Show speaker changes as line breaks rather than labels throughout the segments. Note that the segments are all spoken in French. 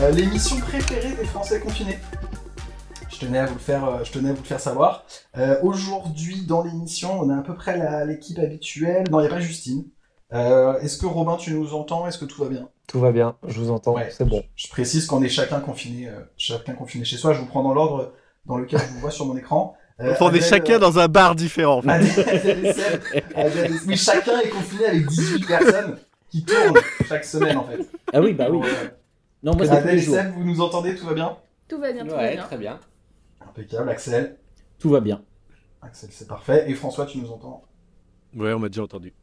Euh, L'émission préférée des Français confinés. Je tenais à vous le faire, euh, je tenais à vous le faire savoir. Euh, Aujourd'hui, dans l'émission, on a à peu près la- l'équipe habituelle. Non, il n'y a pas Justine. Euh, Est-ce que Robin, tu nous entends Est-ce que tout va bien
Tout va bien, je vous entends,
Ouais.
c'est bon.
Je précise qu'on est chacun confiné, euh, chacun confiné chez soi. Je vous prends dans l'ordre dans lequel je vous vois sur mon écran. Euh,
on est
Adèle,
chacun dans un bar différent. en fait.
Adèle- Adèle et Seb. Adèle et- Oui, chacun est confiné avec 18 personnes qui tournent chaque semaine en fait.
Ah oui, bah oui.
Euh,
Non, moi, c'est tous
Adèle
les
et
jours.
Seb, vous nous entendez Tout va bien
Tout va bien, tout va
Ouais,
bien.
très bien.
Impeccable, Axel.
Tout va bien.
Axel, c'est parfait. Et François, tu nous entends
Ouais, on m'a déjà entendu.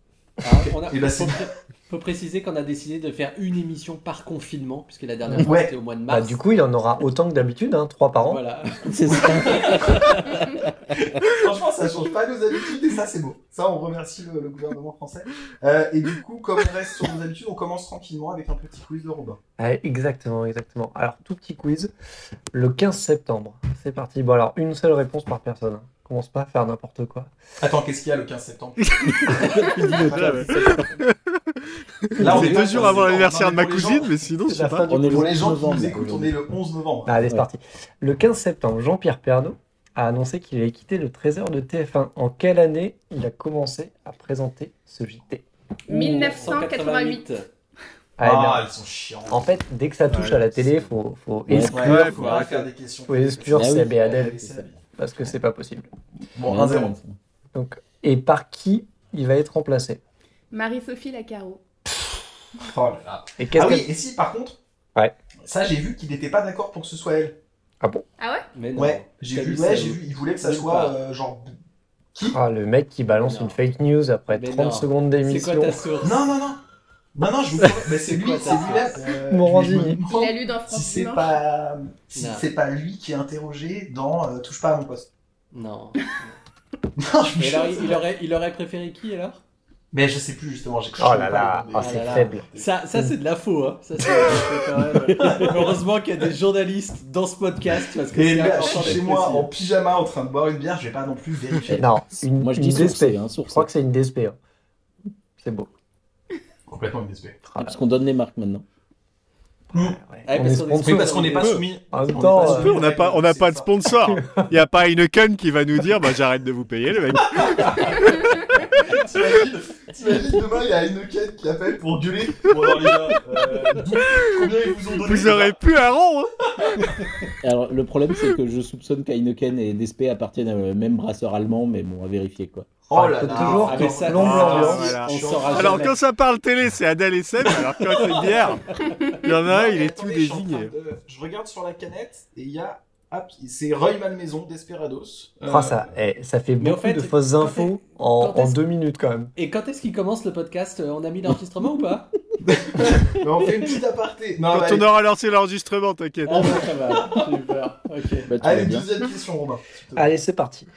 Ah, on a-
Et bah, c'est-
faut, pré- faut préciser qu'on a décidé de faire une émission par confinement, puisque la dernière fois
Ouais.
c'était au mois de
Bah,
mars.
du coup, il en aura autant que d'habitude, hein, trois par an.
voilà.
C'est ça.
Franchement, ça change pas nos habitudes et ça, c'est beau. Ça, on remercie le, le gouvernement français. Euh, et du coup, comme on reste sur nos habitudes, on commence tranquillement avec un petit quiz de Robin.
Ouais, exactement, exactement. Alors, tout petit quiz, le 15 septembre, c'est parti. Bon, alors, une seule réponse par personne. hein. Commence pas à faire n'importe quoi.
Attends, qu'est-ce qu'il y a le 15 septembre
Là, on
est
fait
pas
deux jours
sur-
avant
on est
l'anniversaire de ma
pour les
cousine,
gens-
mais sinon, je
C'est
sais
la
pas.
fin du
On est
Pour
le
les gens
11
qui nous
novembre,
écoutent, on
aujourd'hui.
est le 11 novembre.
Allez, c'est
Ouais.
parti. Le 15 septembre, Jean-Pierre Pernaut a annoncé qu'il allait quitter le trésor de TF1. En quelle année il a commencé à présenter ce JT
Ouh,
1988.
Ah, eh bien,
Ah, ils sont chiants.
En fait, dès que ça touche
Ouais,
à la
c'est-
télé, faut, faut
Ouais.
exclure,
Ouais,
faut
faut arrêter de faire des questions.
faut exclure
Ah oui.
Seb et Adèle,
Adèle et Seb.
parce que c'est pas possible.
Bon, 1-0.
Donc, et par qui il va être remplacé
Marie-Sophie Lacaro.
Oh là là.
Et qu'est-ce
Ah
que-
oui, et si, par contre,
Ouais. Ah
ça, j'ai vu qu'il n'était pas d'accord pour que ce soit elle.
Mais non.
Ouais, j'ai
T'as
vu,
vu
ouais,
ça,
j'ai
oui.
vu, il voulait que ça
Nulle
soit
part.
euh, genre. Qui
Ah, le mec qui balance
Non.
une fake news après
Mais
30
non.
secondes
C'est
d'émission.
quoi ta source
Non, non, non Non, non, je vous promets, mais c'est lui,
quoi,
c'est
ça
lui là euh,
Morandini.
je me demande
Il a lu dans
Si
France
c'est
Humor.
pas, si
Non.
c'est pas lui qui est interrogé dans euh, Touche pas à mon poste.
Non.
Non, je me
Et alors, il,
jure.
il aurait, il aurait préféré qui alors
Mais je sais plus justement, j'ai
Oh là là,
je
ah,
connais
c'est
Oh là là.
faible.
Ça, ça c'est de la faux. Hein. Ça, c'est- c'est quand même- euh, Heureusement qu'il y a des journalistes dans ce podcast parce que
Et
c'est
là, je
important
suis
d'être
chez moi
précis.
en pyjama en train de boire une bière, je vais pas non plus vérifier.
Non, une,
Moi, je
une
dis
DSP.
sourcé, hein,
Je
sourcé.
crois que c'est une DSP. hein. C'est beau.
Complètement inespéré.
Ah,
Parce qu'on donne les marques maintenant.
ouais.
Ouais,
On
parce
est
qu'on est-
sponsor.
Oui, parce qu'on n'est pas
Peu.
soumis.
En même
on
temps,
est pas
euh,
soumis
On n'a pas, on n'a pas de sponsor. Il n'y a pas une conne qui va nous dire bah, j'arrête de vous payer, le mec.
T'imagines, t'imagines demain, il y a une quête qui appelle pour gueuler. Bon, alors les gars, euh, d'où- combien ils vous ont donné
Vous aurez plus un rond. hein.
Et Alors, le problème, c'est que je soupçonne qu'Heineken et DSP appartiennent au même brasseur allemand, mais bon, à vérifier quoi.
Oh là
Faut
là.
toujours
Ah,
que
mais ça-
l'ombre
ah,
l'ambiance.
voilà.
On saura
Alors,
jamais.
quand ça parle télé, c'est Adèle et Seb. Alors, quand c'est bière, il y en a un, il est tout
Attendez, je suis en train
désigné.
de- Je regarde sur la canette et il y a. ah, C'est Roy Malmaison, Desperados. Euh,
Ah, ça, eh, ça fait
Mais en
beaucoup
fait,
de fausses
quand
infos en,
quand
en
est-ce-
deux minutes quand même.
Et quand est-ce qu'il commence le podcast Euh, On a mis l'enregistrement ou pas
mais on fait une petite aparté. Non,
Quand
bah,
on aura lancé l'enregistrement, t'inquiète.
Ah bah ça va, j'ai eu peur. Ok.
Bah, tu
allez,
vas
allez,
bien.
deuxième question, Robin. s'il te plaît.
Allez, c'est parti.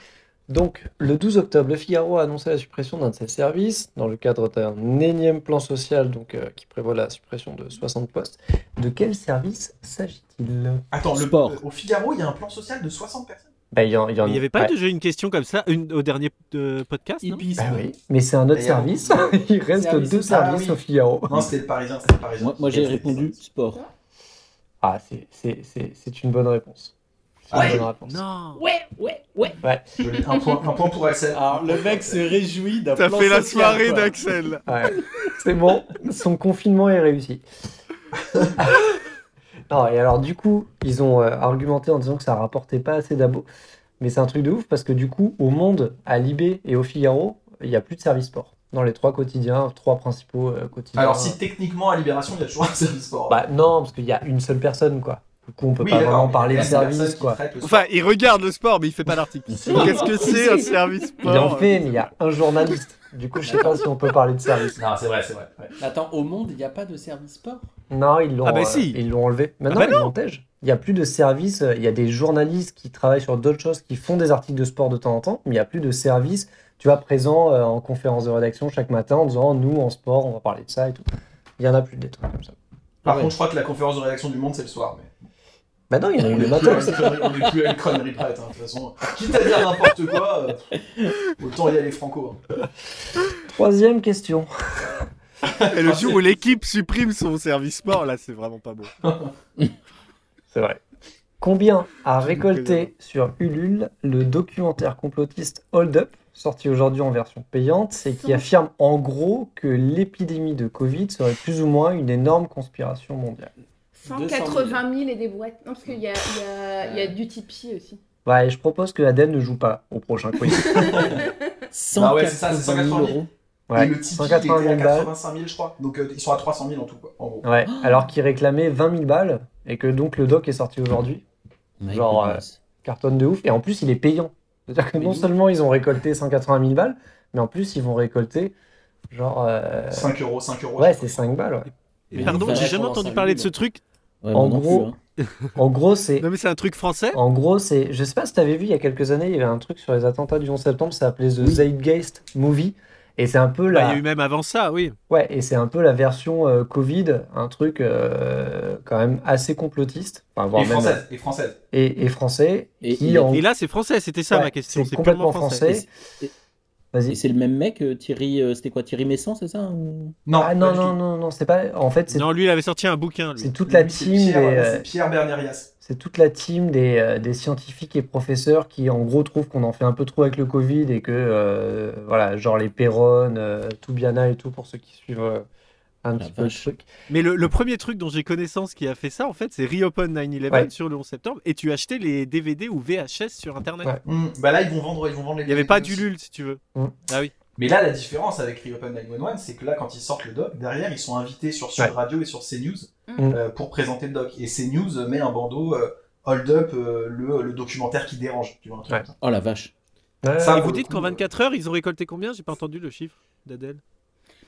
Donc, le 12 octobre, le Figaro a annoncé la suppression d'un de ses services dans le cadre d'un énième plan social donc, euh, qui prévoit la suppression de 60 postes. De quel service s'agit-il
Attends, le,
Sport.
euh, au Figaro, il y a un plan social de 60 personnes.
Bah, il y en- il y en-
Mais il n'y avait pas
ouais.
déjà une question comme ça une, au dernier euh, podcast non
Hippisme.
Bah oui, mais c'est un autre
D'ailleurs,
service. Il reste
service-
deux
Ah
services
oui.
au Figaro.
Non, c'était le Parisien, c'était le Parisien.
Moi, moi, j'ai
C'était-
répondu sport.
Ah, c'est- c'est c'est- c'est une bonne réponse. C'est
Ouais.
une bonne réponse.
Non
Ouais, ouais, ouais.
Joli. Un point, un point pour Axel.
Alors le mec se réjouit d'un
T'as
plan
fait la
social,
soirée
quoi.
d'Axel.
Ouais. C'est bon, son confinement est réussi. non, et alors du coup, ils ont euh, argumenté en disant que ça rapportait pas assez d'abos. Mais c'est un truc de ouf parce que du coup, au Monde, à Libé et au Figaro, il n'y a plus de service sport. Dans les trois quotidiens, trois principaux euh, quotidiens.
Alors, si techniquement, à Libération, il y a toujours un service sport.
Bah non, parce qu'il y a une seule personne, quoi. Du coup, on peut
Oui,
pas
d'accord,
vraiment
mais
parler
la
de
personne
service,
qui
quoi.
traite le
Enfin, il regarde le sport, mais il fait pas l'article. Qu'est-ce que c'est un service
Il en
sport
fait, mais il y a un journaliste. Du coup, je sais pas si on peut parler de service.
Non, c'est vrai, c'est vrai. ouais.
Attends, au monde, il n'y a pas de service sport
Non, ils l'ont
Ah bah
euh,
si.
ils l'ont enlevé. Maintenant,
bah
ils l'entègent. Il n'y a plus de service. euh, Il y a des journalistes qui travaillent sur d'autres choses, qui font des articles de sport de temps en temps, mais il n'y a plus de service, tu vois, présent euh, en conférence de rédaction chaque matin en disant nous, en sport, on va parler de ça et tout. Il n'y en a plus des trucs comme ça.
Par
Ouais.
contre, je crois que la conférence de rédaction du Monde, c'est le soir. Mais...
Bah non, il y en a eu le
On est
matin.
plus à une connerie- on est plus à une crânerie prête, hein, de toute façon. Quitte à dire n'importe quoi, euh, autant y aller franco. hein.
Troisième question.
Et le jour où l'équipe supprime son service sport, là, c'est vraiment pas beau.
C'est vrai. Combien a récolté sur Ulule le documentaire complotiste Hold Up, sorti aujourd'hui en version payante, et qui affirme en gros que l'épidémie de Covid serait plus ou moins une énorme conspiration mondiale
180 000 et des boîtes. Non, parce qu'il y a, il y a- il y a du Tipeee aussi.
Ouais, je propose que Adem ne joue pas au prochain quiz.
180
Bah ouais, c'est ça, c'est
000
180 000.
euros.
Et
Ouais,
le Tipeee
180
était à
000 balles.
85 000, je crois. Donc euh, ils sont à 300 000 en tout, quoi, en gros.
Ouais, alors qu'il réclamait 20 000 balles, et que donc le doc est sorti aujourd'hui,
My
Genre, euh,
goodness.
cartonne de ouf, et en plus il est payant. C'est-à-dire que non seulement ils ont récolté 180 000 balles, mais en plus ils vont récolter genre. euh,
5 euros, 5 euros.
Ouais, c'est 5 balles. ouais.
Et
Pardon,
on
j'ai
fait
jamais
pendant
entendu
cinq
parler de ce
minutes.
truc.
Ouais,
en
moi non
gros,
plus, hein.
En gros, c'est.
Non mais c'est un truc français.
En gros, c'est. Je sais pas si t'avais vu il y a quelques années, il y avait un truc sur les attentats du 11 septembre, ça s'appelait The Zeitgeist Movie. Et c'est un peu
Bah, Il
la.
y a eu même avant ça, oui.
Ouais, et c'est un peu la version euh, Covid, un truc euh, quand même assez complotiste. Enfin, voire
Et
même- euh,
française, et française.
et, et français.
Et
qui
il-
en-
Et là, c'est français, c'était ça
Ouais,
ma question.
c'est
C'est
complètement
purement
français. Vas-y.
Et c'est le même mec, euh, Thierry, euh, c'était quoi, Thierry Messan, c'est ça ou-
Non,
Ah
pas
non,
du
non,
tout.
non, non, c'est pas. En fait, c'est
Non, lui, il avait sorti un bouquin. lui.
c'est toute la
Lui, c'est
team
Pierre,
des,
ouais,
euh,
C'est Pierre Bernerias.
c'est toute la team des, euh, des scientifiques et professeurs qui en gros trouvent qu'on en fait un peu trop avec le Covid et que euh, voilà, genre les Perron, euh, Toubiana et tout pour ceux qui suivent euh, un petit peu le
vache.
truc.
Mais le, le premier truc dont j'ai connaissance qui a fait ça, en fait, c'est Reopen 9-11
Ouais.
sur le 11 septembre. Et tu achetais les DVD ou VHS sur Internet.
Ouais. Mm.
Hmm, Bah là, ils vont vendre, ils vont vendre les
Il n'y avait pas
DVD
du
aussi.
LUL, si tu veux. Ah
Mais là, la différence avec Reopen 911, c'est que là, quand ils sortent le doc, derrière, ils sont invités sur Sud
Ouais.
Radio et sur CNews
Mm.
euh, pour présenter le doc. Et CNews met un bandeau euh, Hold Up, euh, le, le documentaire qui dérange. Tu vois, un truc
Ouais.
comme ça.
Oh la vache.
Ouais,
Et
Ça, pour
vous
le
dites
coup,
qu'en
euh,
24 heures, ils ont récolté combien J'ai pas entendu le chiffre d'Adèle.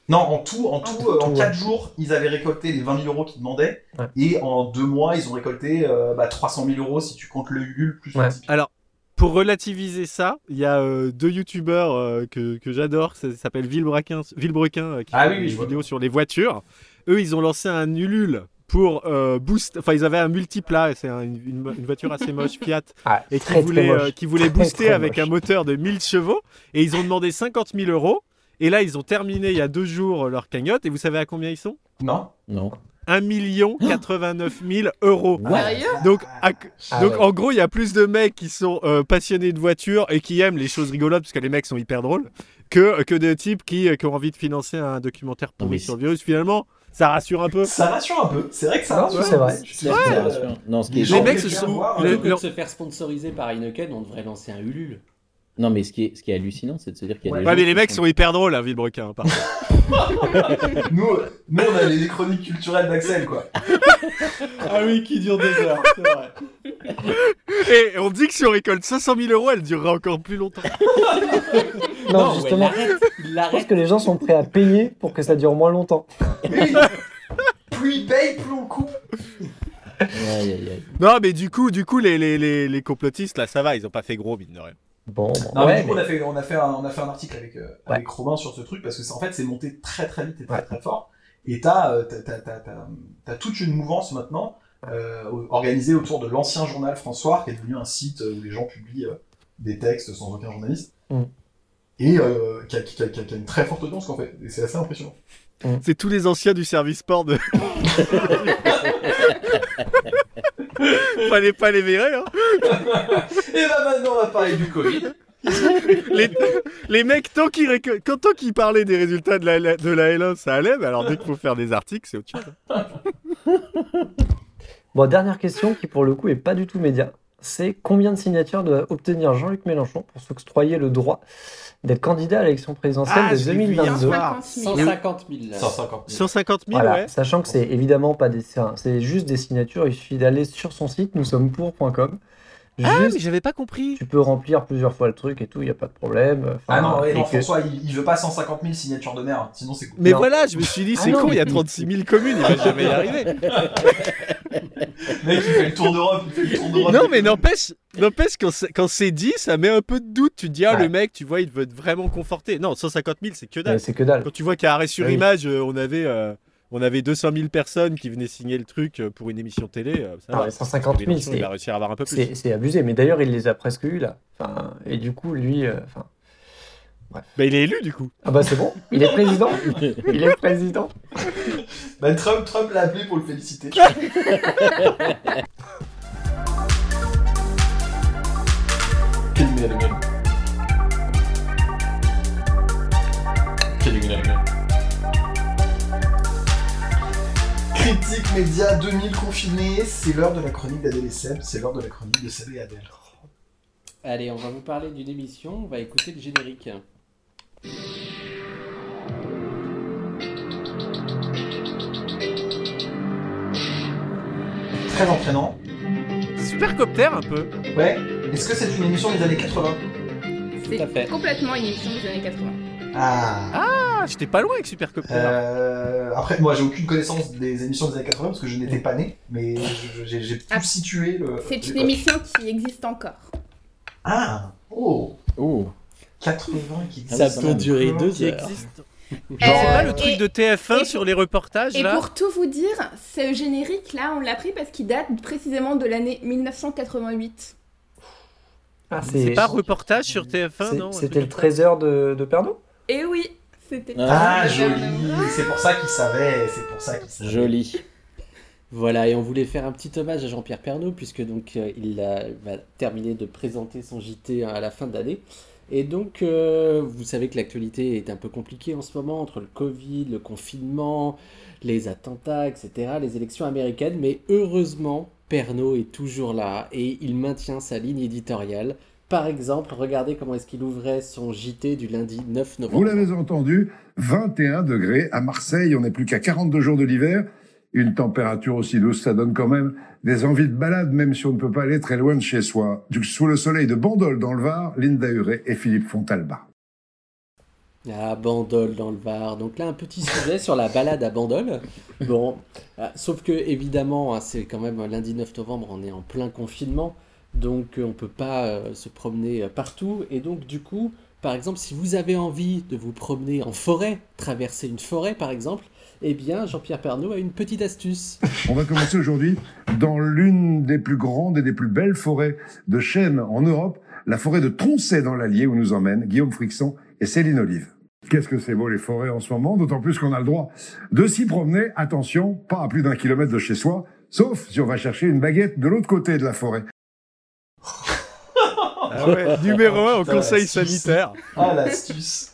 Non, en tout, en, tout,
tout,
euh, en
tout,
4 jours, ils avaient récolté les 20 000 euros qu'ils demandaient.
Ouais.
Et en 2 mois, ils ont récolté euh, bah, 300 000 euros si tu comptes le Ulule plus
Ouais.
le Tipeee.
Alors, pour relativiser ça, il y a euh, deux youtubeurs euh, que, que j'adore, ça s'appelle Villebrequin, Villebrequin euh, qui
Ah
fait
oui,
des
je vois.
vidéos sur les voitures. Eux, ils ont lancé un Ulule pour euh, boost. Enfin, ils avaient un multipla, c'est un- une, une voiture assez moche, Fiat,
Ah, très,
et qui
très
voulait,
moche.
euh, qui voulait
Très,
booster
très
avec
moche.
un moteur de 1000 chevaux. Et ils ont demandé 50 000 euros. Et là, ils ont terminé il y a deux jours euh, leur cagnotte. Et vous savez à combien ils sont
Non
1 89 000 euros.
What
Sérieux
Donc, à-
Ah
donc
ouais.
en gros, il y a plus de mecs qui sont euh, passionnés de voitures et qui aiment les choses rigolotes, parce que les mecs sont hyper drôles, que, que des types qui, qui ont envie de financer un documentaire
Non, mais
pourri sur le virus. Finalement, ça rassure un peu.
Ça rassure un peu. C'est vrai que ça
Non,
rassure.
c'est vrai.
Je te
Ouais.
dis,
Ça
euh,
rassure. Non, ce qui
les
est
gens
mecs
veulent
se
bien
sont-
voir,
le-
euh,
Plutôt que de
leur-
se faire sponsoriser par Heineken, on devrait lancer un Ulule.
Non, mais ce qui est, ce qui est hallucinant, c'est de se dire qu'il y a
Ouais.
des
Ouais,
gens
mais les
qui
mecs sont hyper drôles à Villebrequin. par contre.
Nous, euh, nous, on a les chroniques culturelles d'Axel, quoi.
Ah oui, qui dure des heures, c'est vrai.
et on dit que si on récolte 500 000 euros, elle durera encore plus longtemps.
non,
ouais,
justement,
l'arrête, il
je pense
l'arrête.
que les gens sont prêts à payer pour que ça dure moins longtemps.
Oui. plus il paye, plus on coupe.
Aïe, aïe, aïe.
Non, mais du coup, du coup les, les, les, les complotistes, là, ça va, ils ont pas fait gros, mine de rien.
Bon, bon,
Non, mais
ouais,
du coup,
mais-
on, a fait, on, a fait un, on a fait un article avec, euh, avec Robin sur ce truc parce que c'est- en fait, c'est monté très très vite et très
Ouais.
très fort. Et t'as euh, t'as- t'as- t'as- t'as- t'as toute une mouvance maintenant euh, organisée autour de l'ancien journal François, qui est devenu un site où les gens publient euh, des textes sans aucun journaliste.
Mm.
Et euh, qui, a, qui a- qui a- qui a une très forte danse qu'en fait. Et c'est assez impressionnant.
C'est tous les anciens du service sport de. Fallait pas les virer, hein.
Et bah maintenant, on va parler du Covid.
les, les mecs, tant qu'ils réco- quand- tant qu'ils parlaient des résultats de la, la- de la L1, ça allait, mais alors dès qu'il faut faire des articles, c'est autre chose.
Bon, dernière question qui pour le coup est pas du tout média. C'est combien de signatures doit obtenir Jean-Luc Mélenchon pour s'octroyer le droit d'être candidat à l'élection présidentielle
Ah,
de
je l'ai vu hier
2022?
soir.
50 000.
150 000.
150 000.
150 000,
Voilà,
ouais.
sachant que c'est évidemment pas des c'est un- c'est juste des signatures, il suffit d'aller sur son site nous sommes pour.com.
Ah, mais
Juste,
j'avais pas compris.
tu peux remplir plusieurs fois le truc et tout, il n'y a pas de problème. euh, Enfin,
Ah non, ouais,
et
non,
que-
François, il, il veut pas 150 000 signatures de maire, hein, sinon c'est cool.
Mais
Non.
voilà, je me suis dit,
Ah
c'est
non,
con, il y a
mais-
36 000 communes, il va jamais y arriver.
Le mec, il fait le tour d'Europe, il fait le tour d'Europe.
Non, mais n'empêche, n'empêche, quand c'est- quand c'est dit, ça met un peu de doute. Tu te dis, ah,
Ouais.
le mec, tu vois, il veut être vraiment conforter. Non, 150 000, c'est que
mais
dalle.
c'est que dalle.
Quand tu vois qu'à Arrêt sur
Oui.
Image, euh, on avait, euh, on avait 200 000 personnes qui venaient signer le truc euh, pour une émission télé, euh, ça
Ah
va.
ouais, 150 000,
Il va réussir à avoir un peu plus.
C'est c'est abusé, mais d'ailleurs il les a presque eu là. Enfin, et du coup lui, euh, enfin,
Bah, il est élu, du coup.
ah bah c'est bon, il est président, il est président.
Bah, Trump, Trump l'a appelé pour le féliciter.
éliminer les miennes. J'ai éliminé les miennes.
Critique Média 2000 confiné, c'est l'heure de la chronique d'Adèle et Seb, c'est l'heure de la chronique de Seb et Adèle.
Allez, on va vous parler d'une émission, on va écouter le générique.
Très entraînant.
Supercopter un peu.
Ouais. Est-ce que c'est une émission des années 80
Tout à fait.
C'est complètement une émission des années 80.
Ah.
Ah, j'étais pas loin avec Supercopter.
Euh, après, moi, j'ai aucune connaissance des émissions des années 80 parce que je n'étais pas né, mais je- j'ai j'ai tout
Ah.
situé. euh, Le...
C'est une
le-
émission qui existe encore.
Ah. Oh.
Oh,
80 qui dit
Ça peut
durer deux
Qui existe.
Genre-
C'est pas le truc
Euh, et-
de TF1
et-
sur les
Ah,
reportages
Et
là
pour tout vous dire, ce générique là, on l'a pris parce qu'il date précisément de l'année 1988.
Ah,
C'est pas reportage sur TF1,
c'est-
non un
C'était
truc
le
comme ça
trésor de, de Pernod
Et oui, c'était.
Ah,
Ah,
joli.
merde.
C'est pour ça qu'il savait. C'est pour ça qu'il savait.
joli.
Voilà, et on voulait faire un petit hommage à Jean-Pierre Pernaut, puisque donc euh, il a, va terminer de présenter son JT à la fin de l'année. Et donc, euh, vous savez que l'actualité est un peu compliquée en ce moment, entre le Covid, le confinement, les attentats, etc., les élections américaines, mais heureusement, Pernaut est toujours là, et il maintient sa ligne éditoriale. Par exemple, regardez comment est-ce qu'il ouvrait son JT du lundi 9 novembre.
Vous l'avez entendu, 21 degrés à Marseille, on n'est plus qu'à 42 jours de l'hiver. Une température aussi douce, ça donne quand même des envies de balade, même si on ne peut pas aller très loin de chez soi. Du sous le soleil de Bandol dans le Var, Linda Huré et Philippe Fontalba.
À Bandol dans le Var. Donc là, un petit sujet sur la balade à Bandol. Bon, euh, sauf que évidemment, hein, c'est quand même lundi 9 novembre, on est en plein confinement, donc euh, on peut pas euh, se promener euh, partout. Et donc du coup, par exemple, si vous avez envie de vous promener en forêt, traverser une forêt par exemple, eh bien Jean-Pierre Pernaut a une petite astuce.
On va commencer aujourd'hui dans l'une des plus grandes et des plus belles forêts de chênes en Europe, la forêt de Troncet dans l'Allier où nous emmènent Guillaume Frixon et Céline Olive. Qu'est-ce que c'est beau les forêts en ce moment, d'autant plus qu'on a le droit de s'y promener, attention, pas à plus d'un kilomètre de chez soi, sauf si on va chercher une baguette de l'autre côté de la forêt.
Ah ouais, Numéro 1 au
Putain,
conseil
si, si.
sanitaire.
Ah l'astuce.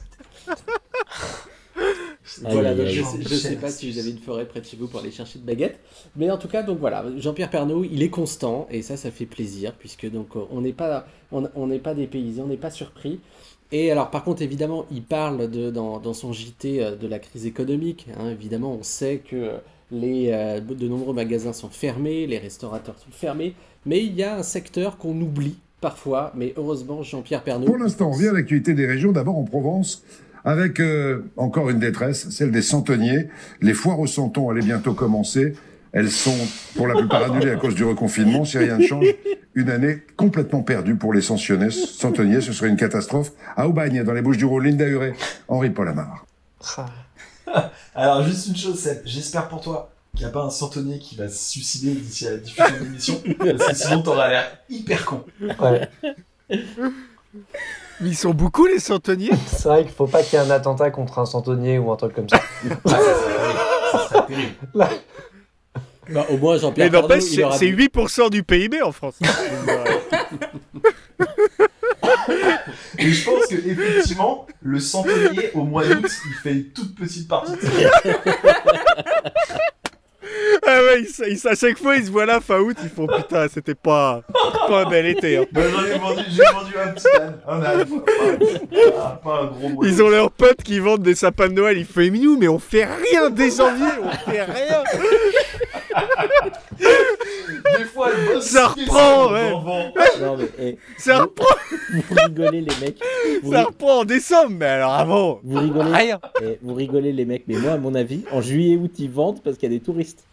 Voilà,
Aïe,
donc
aïe,
je
aïe.
sais, je sais pas si vous avez une forêt près de chez vous pour aller chercher de baguettes, mais en tout cas, donc voilà, Jean-Pierre Pernaut, il est constant et ça, ça fait plaisir puisque donc euh, on n'est pas, on on n'est pas dépaysé, on n'est pas surpris. Et alors, par contre, évidemment, il parle de, dans, dans son JT euh, de la crise économique. hein. évidemment, on sait que euh, les, euh, de nombreux magasins sont fermés, les restaurateurs sont fermés, mais il y a un secteur qu'on oublie parfois, mais heureusement, Jean-Pierre Pernaut.
Pour l'instant, on revient à l'actualité des régions, d'abord en Provence, avec euh, encore une détresse, celle des centeniers. Les foires aux centons allaient bientôt commencer. Elles sont pour la plupart annulées à cause du reconfinement, si rien ne change. Une année complètement perdue pour les centeniers. Centeniers, ce serait une catastrophe. À Aubagne, dans les Bouches-du-Rhône, Linda Huré, Henri Polamar.
Ah. Alors juste une chose, Seb, j'espère pour toi qu'il n'y a pas un centenier qui va se suicider d'ici à la diffusion de l'émission, parce que sinon t'auras l'air hyper con.
Ouais.
Mais ils sont beaucoup les centeniers.
C'est vrai qu'il faut pas qu'il y ait un attentat contre un centonnier ou un truc comme ça.
Ah, ça serait terrible, ça serait terrible.
Bah, au moins, Jean-Pierre
Mais
Pernaut,
n'empêche,
il
c'est
aura
c'est
dit-
8% du PIB en France.
Et je pense que effectivement, le centenier au mois d'août, il fait une toute petite partie. de ça.
ah ouais, ils, se- ils- à chaque fois, ils se voient là fin août, ils font putain, c'était pas, pas un bel été. hein.
Ben, J'en ai vendu, j'ai vendu un petit âne, un âne, pas, pas- pas un gros mois.
Ils ont leurs potes qui vendent des sapins de Noël, ils font mais nous, mais on fait rien dès janvier, on fait rien.
Des fois, le boss
Ça
qui est
reprend,
sur le
ouais.
vent.
Non, mais eh,
Ça reprend,
vous rigolez les mecs. Vous,
ça
ri-
reprend en décembre, mais alors avant,
vous rigolez,
rien.
eh, vous rigolez les mecs. Mais moi, à mon avis, en juillet août, ils vendent parce qu'il y a des touristes.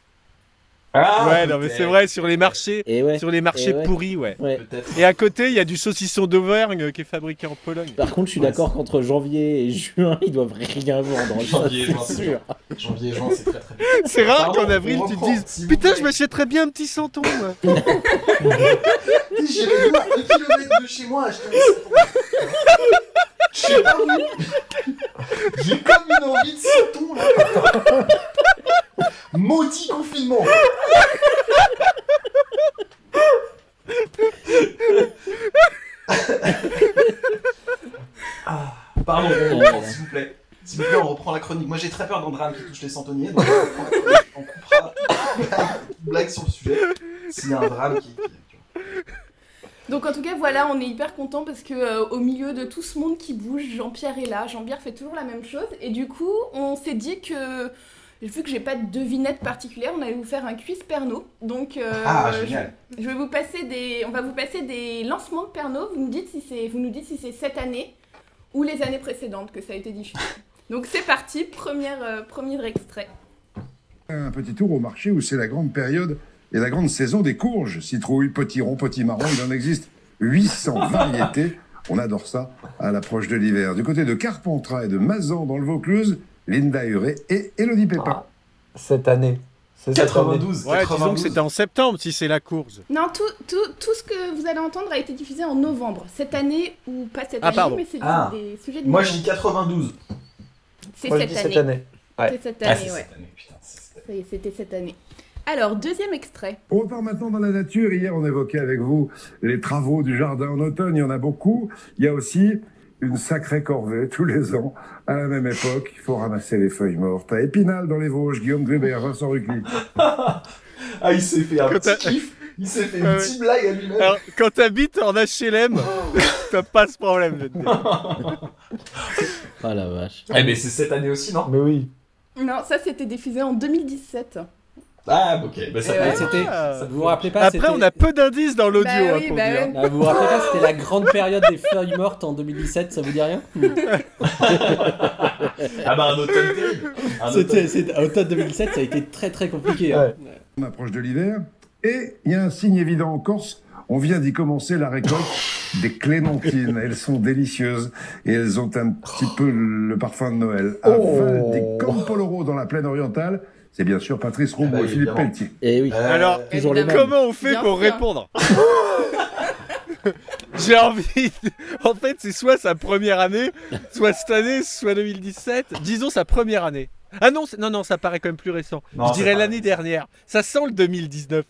Ah,
Ouais, non, mais
peut-être,
c'est vrai, sur les marchés,
Et ouais.
sur les marchés
Eh ouais.
pourris, ouais.
ouais.
Peut-être.
Et à côté, il y a du saucisson d'Auvergne qui est fabriqué en Pologne.
Par contre, je suis
Ouais,
d'accord qu'entre janvier et juin, ils doivent rien vendre. hein, Ça,
Janvier,
c'est
juin, c'est
sûr.
Janvier et juin, c'est très très bien.
C'est rare
Pardon,
qu'en avril,
on
tu te
reprend,
dises
s'il vous
Putain,
plaît.
je m'achèterais bien un petit santon. moi.
J'ai fait quoi Un kilomètre de chez moi acheter un sauton. Je sais pas où. J'ai comme une envie de sauton là. Maudit confinement. Ah, prends la chronique. Moi, j'ai très peur d'un drame qui touche les centeniers. Donc, on prend la chronique, on coupera une blague sur le sujet. S'il y a un drame qui. qui-
Donc en tout cas voilà, on est hyper content parce que euh, au milieu de tout ce monde qui bouge, Jean-Pierre est là. Jean-Pierre fait toujours la même chose et du coup on s'est dit que vu que j'ai pas de devinette particulière, on allait vous faire un quiz Pernaud. Donc euh,
Ah,
je-
génial.
je vais vous passer des, on va vous passer des lancements de Pernod. Vous nous dites si c'est, vous nous dites si c'est cette année ou les années précédentes que ça a été diffusé. Donc c'est parti, première, euh, premier extrait.
Un petit tour au marché où c'est la grande période et la grande saison des courges. Citrouille, potiron, potimarron, il en existe 800 variétés. On adore ça à l'approche de l'hiver. Du côté de Carpentras et de Mazan dans le Vaucluse, Linda Huré et Elodie Pépin.
Ah, cette année. C'est cette année.
92.
Ouais, disons que
92.
c'était en septembre si c'est la course.
Non, tout, tout, tout ce que vous allez entendre a été diffusé en novembre cette année ou pas cette
Ah,
année,
pardon.
mais c'est des-
Ah.
des, sujets de
Moi, je
novembre.
dis 92.
C'est
Moi, je
cette
dis
année.
cette année. Ouais.
C'est cette
Ah,
année,
c'est
ouais.
cette année, putain. c'est cette année.
Ça y est, C'était cette année. Alors, deuxième extrait.
On repart maintenant dans la nature. Hier, on évoquait avec vous les travaux du jardin en automne. Il y en a beaucoup. Il y a aussi une sacrée corvée tous les ans. À la même époque, il faut ramasser les feuilles mortes. À Épinal, dans les Vosges, Guillaume Gruber, Vincent Rucli.
Ah, il s'est fait un
Que
petit
t'as-
kiff. Il s'est fait
Ah
une
ouais.
petite blague à lui-même. Oh.
Alors, quand t'habites en HLM, t'as pas ce problème. je te dis.
Ah la vache.
Eh, mais c'est cette année aussi, non
Mais oui.
Non, ça c'était diffusé en 2017.
Ah, ok. Bah, ça
Eh
fait-
ouais.
Ah, c'était-
Ah.
Vous vous rappelez pas
Après,
c'était-
on a peu d'indices dans l'audio,
Bah
hein,
oui,
pour
bah
dire.
oui.
Ah, Vous vous rappelez pas, c'était la grande période des feuilles mortes en 2017, ça vous dit rien
Ah, bah, un automne terrible. Un
C'était
automne.
c'était- à automne 2017, ça a été très très compliqué. hein.
On approche de l'hiver et il y a un signe évident en Corse. On vient d'y commencer la récolte des clémentines. Elles sont délicieuses et elles ont un petit peu le parfum de Noël. À
Oh.
Val di Campoloro, dans la plaine orientale, c'est bien sûr Patrice Roubaud
Ah bah,
et Philippe
évidemment.
Pelletier.
Et oui.
Euh,
Alors,
Toujours les mêmes.
Comment on fait
Bien
pour
sûr.
répondre J'ai envie. de- En fait, c'est soit sa première année, soit cette année, soit 2017. Disons sa première année. Ah non, c'est- non, non, ça paraît quand même plus récent.
Non,
Je
c'est
dirais
pas-
l'année dernière. Ça sent le 2019.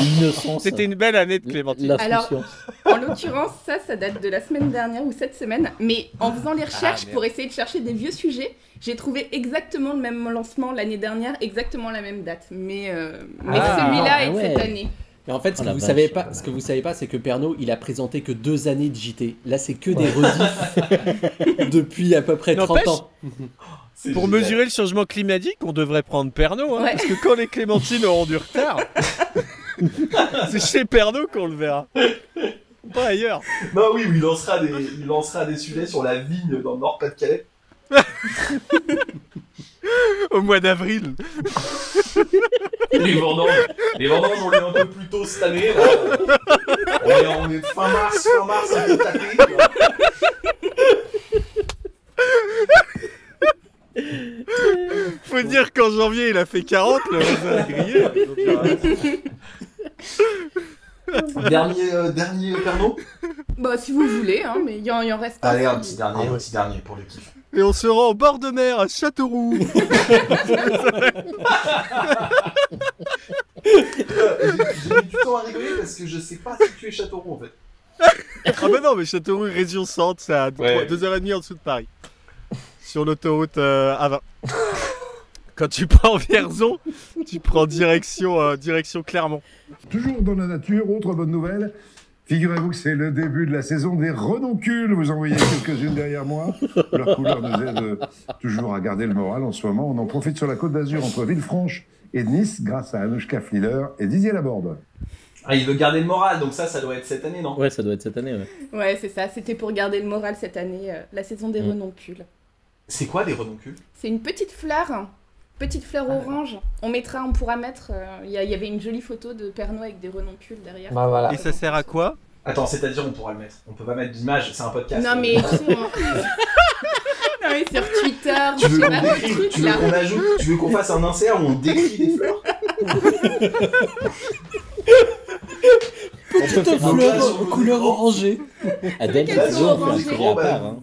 Innocence.
C'était une belle année de Clémentine.
Alors-
L'instruction.
En l'occurrence, ça, ça date de la semaine dernière ou cette semaine. Mais en faisant les recherches
merde.
pour essayer de chercher des vieux sujets, j'ai trouvé exactement le même lancement l'année dernière, exactement la même date. Mais, euh, mais
Ah,
celui-là
ah
est de cette
ouais.
année.
Et en fait, ce
Oh
que,
la
vous
vache.
savez pas, ce que vous savez pas, c'est que Pernaud, il a présenté que deux années de JT. Là, c'est que des rediffs depuis à peu près 30
N'empêche-
ans.
c'est
Pour
génial.
mesurer le changement climatique, on devrait prendre Pernod. hein,
Ouais.
Parce que quand les clémentines auront du retard, c'est chez Pernod qu'on le verra. Pas ailleurs.
Non, oui, oui, il lancera des, il lancera des sujets sur la vigne dans le Nord-Pas-de-Calais.
Au mois d'avril.
Les vendanges, les vendanges, on les a un peu plus tôt cette année. là. On est, on est fin mars, fin mars, un peu tâté. quoi.
Faut dire qu'en janvier, il a fait 40. Le raisin est grillé. Donc, il reste-
Dernier, euh, dernier Pernod
Bah, si vous voulez, hein, mais il y, en- il en reste
Allez, un
un.
petit dernier, un petit dernier pour le kiff.
Et on se rend au bord de mer à Châteauroux.
Euh, J'ai j'ai mis du temps à rigoler parce que je sais pas si tu es Châteauroux en fait.
ah bah non, mais Châteauroux, région centre, c'est à
Ouais.
2h30 en dessous de Paris. Sur l'autoroute euh, A20. Quand tu prends Vierzon, tu prends direction, euh, direction Clermont.
Toujours dans la nature, autre bonne nouvelle. Figurez-vous que c'est le début de la saison des renoncules. Vous en voyez quelques-unes derrière moi. Leur couleur nous aide euh, toujours à garder le moral en ce moment. On en profite sur la côte d'Azur entre Villefranche et Nice grâce à Anouchka Fliller et Didier Laborde.
Ah, il veut garder le moral, donc ça, ça doit être cette année, non
Ouais, ça doit être cette année. Ouais.
Ouais, c'est ça. C'était pour garder le moral cette année, euh, la saison des
Mm.
renoncules.
C'est quoi des renoncules
C'est une petite fleur, hein, petite fleur
Ah,
orange. On mettra, on pourra mettre. euh, Il y, a- il y avait une jolie photo de Pernod avec des renoncules derrière.
Bah voilà.
Et ça sert à quoi
Attends, c'est-à-dire on pourra le mettre. On peut pas mettre d'image, c'est un podcast.
Non mais, tu sais, hein. on- non, mais sur Twitter,
Tu
je
veux
sais
qu'on
pas votre
décrive
truc
Tu veux
là.
qu'on ajoute Tu veux qu'on fasse un insert où on décrit des fleurs
Petite
faire un plat sur
fleur
le
couleur
grand.
orangée.
Adèle,
Qu'elles
c'est
sont
toujours
orangées.
un sujet à part. Hein.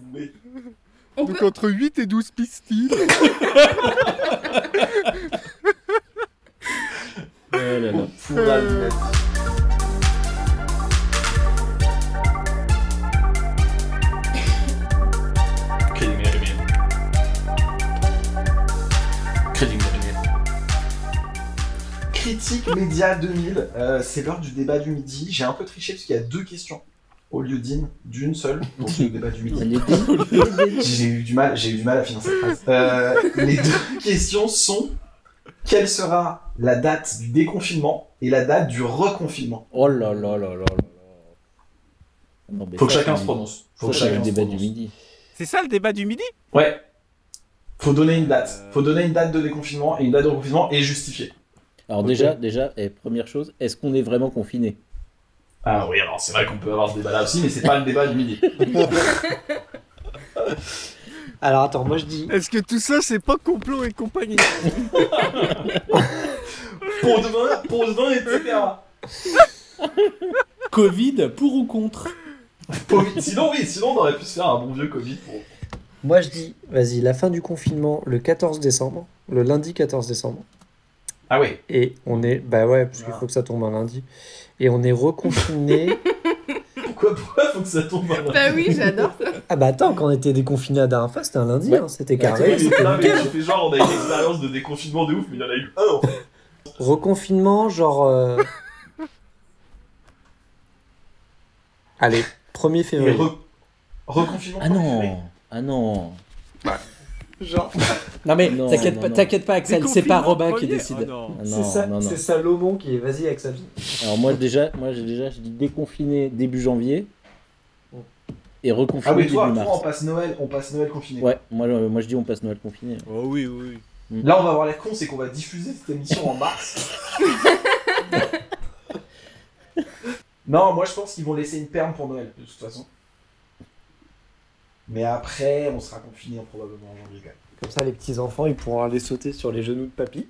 On
Donc
peut...
entre 8 et 12 pistils.
Oh là là.
C'est du Gabriel.
Critique Média 2000, euh, c'est l'heure du débat du midi. J'ai un peu triché parce qu'il y a deux questions au lieu d'une, d'une seule, donc le débat du midi. J'ai eu du mal, j'ai eu du mal à finir cette phrase. Euh, les deux questions sont quelle sera la date du déconfinement et la date du reconfinement
Oh là là là là là là. Non, mais
Faut que
ça,
chacun
c'est-
se prononce. Faut
Ça,
que
c'est le
chacun se
débat du
prononce.
midi.
C'est ça le débat du midi
Ouais. Faut donner une date. Faut donner une date de déconfinement et une date de reconfinement et justifier.
Alors
Ok.
déjà, déjà, eh, première chose, est-ce qu'on est vraiment confiné
Ah oui, alors c'est vrai qu'on peut avoir ce débat là aussi, mais c'est pas le débat du midi.
Alors attends, moi je dis.
Est-ce que tout ça, c'est pas complot et compagnie
Pour demain, pour demain, etc.
Covid, pour ou contre
Covid. Sinon, oui, sinon on aurait pu se faire un bon vieux Covid pour.
Moi je dis, vas-y, la fin du confinement le 14 décembre, le lundi 14 décembre.
Ah oui.
Et on est. Bah ouais, parce qu'il faut que ça tombe un lundi. Et on est reconfiné.
Pourquoi, pourquoi faut que ça tombe un lundi
Bah oui, j'adore ça.
ah bah attends, quand on était déconfiné à dernière fois, c'était un lundi,
Ouais.
hein, c'était
Oui,
carré.
mais
c'était
putain, mais
nickel.
j'ai fait genre, on a une expérience de déconfinement de ouf, mais il y en a eu un en fait.
Reconfinement, genre. euh, Allez, 1er
Mais
février.
re- reconfinement.
Ah non Ah non Ah
Genre,
Non mais
Non,
t'inquiète
non,
pas,
non.
t'inquiète pas Axel, c'est pas
Déconfinement
Robin qui
premier
décide.
Oh non.
Ah non, non, non.
Salomon qui est. Vas-y, Axel.
Alors moi déjà, moi j'ai déjà, je dis déconfiné début janvier et reconfiné
Oh. ah oui,
début
toi, toi, on
mars.
passe Noël, on passe Noël confiné.
Ouais, moi, euh, moi je dis on passe Noël confiné.
Oh oui, oui.
Mm.
Là, on va avoir l'air con, c'est qu'on va diffuser cette émission en mars. non, moi je pense qu'ils vont laisser une perme pour Noël, de toute façon. Mais après, on sera confiné probablement en janvier quand même.
Comme ça, les petits enfants, ils pourront aller sauter sur les genoux de papy.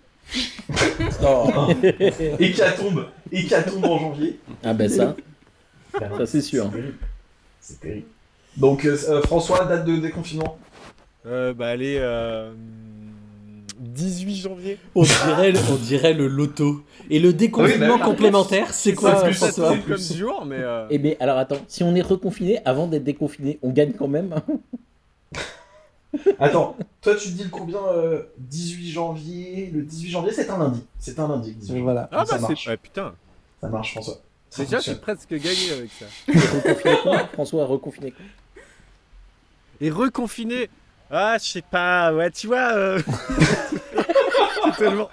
Oh.
Hécatombe Hécatombe en janvier
Ah
ben
bah ça, ça c'est sûr.
C'est terrible. C'est terrible. Donc, euh, euh, François, date de déconfinement
Euh, bah allez, euh... 18 janvier.
on dirait, le- on dirait le loto. Et le
Ah
Oui,
déconfinement
bah,
complémentaire, c'est
C'est
quoi,
plus ça
François
comme jour, mais... euh,
Eh bien alors attends, si on est reconfiné avant d'être déconfiné, on gagne quand même. hein.
Attends, toi tu dis le combien euh, 18 janvier Le 18 janvier, c'est un lundi. C'est un lundi. le 18 janvier.
Voilà.
Ah
ça
bah
marche.
c'est... Ah putain,
Ça marche, François. Ça
déjà j'ai
fonctionne.
presque gagné avec ça.
reconfiné quoi François reconfiné quoi
Et reconfiné Ah, je sais pas, ouais, tu vois... euh, c'est tellement...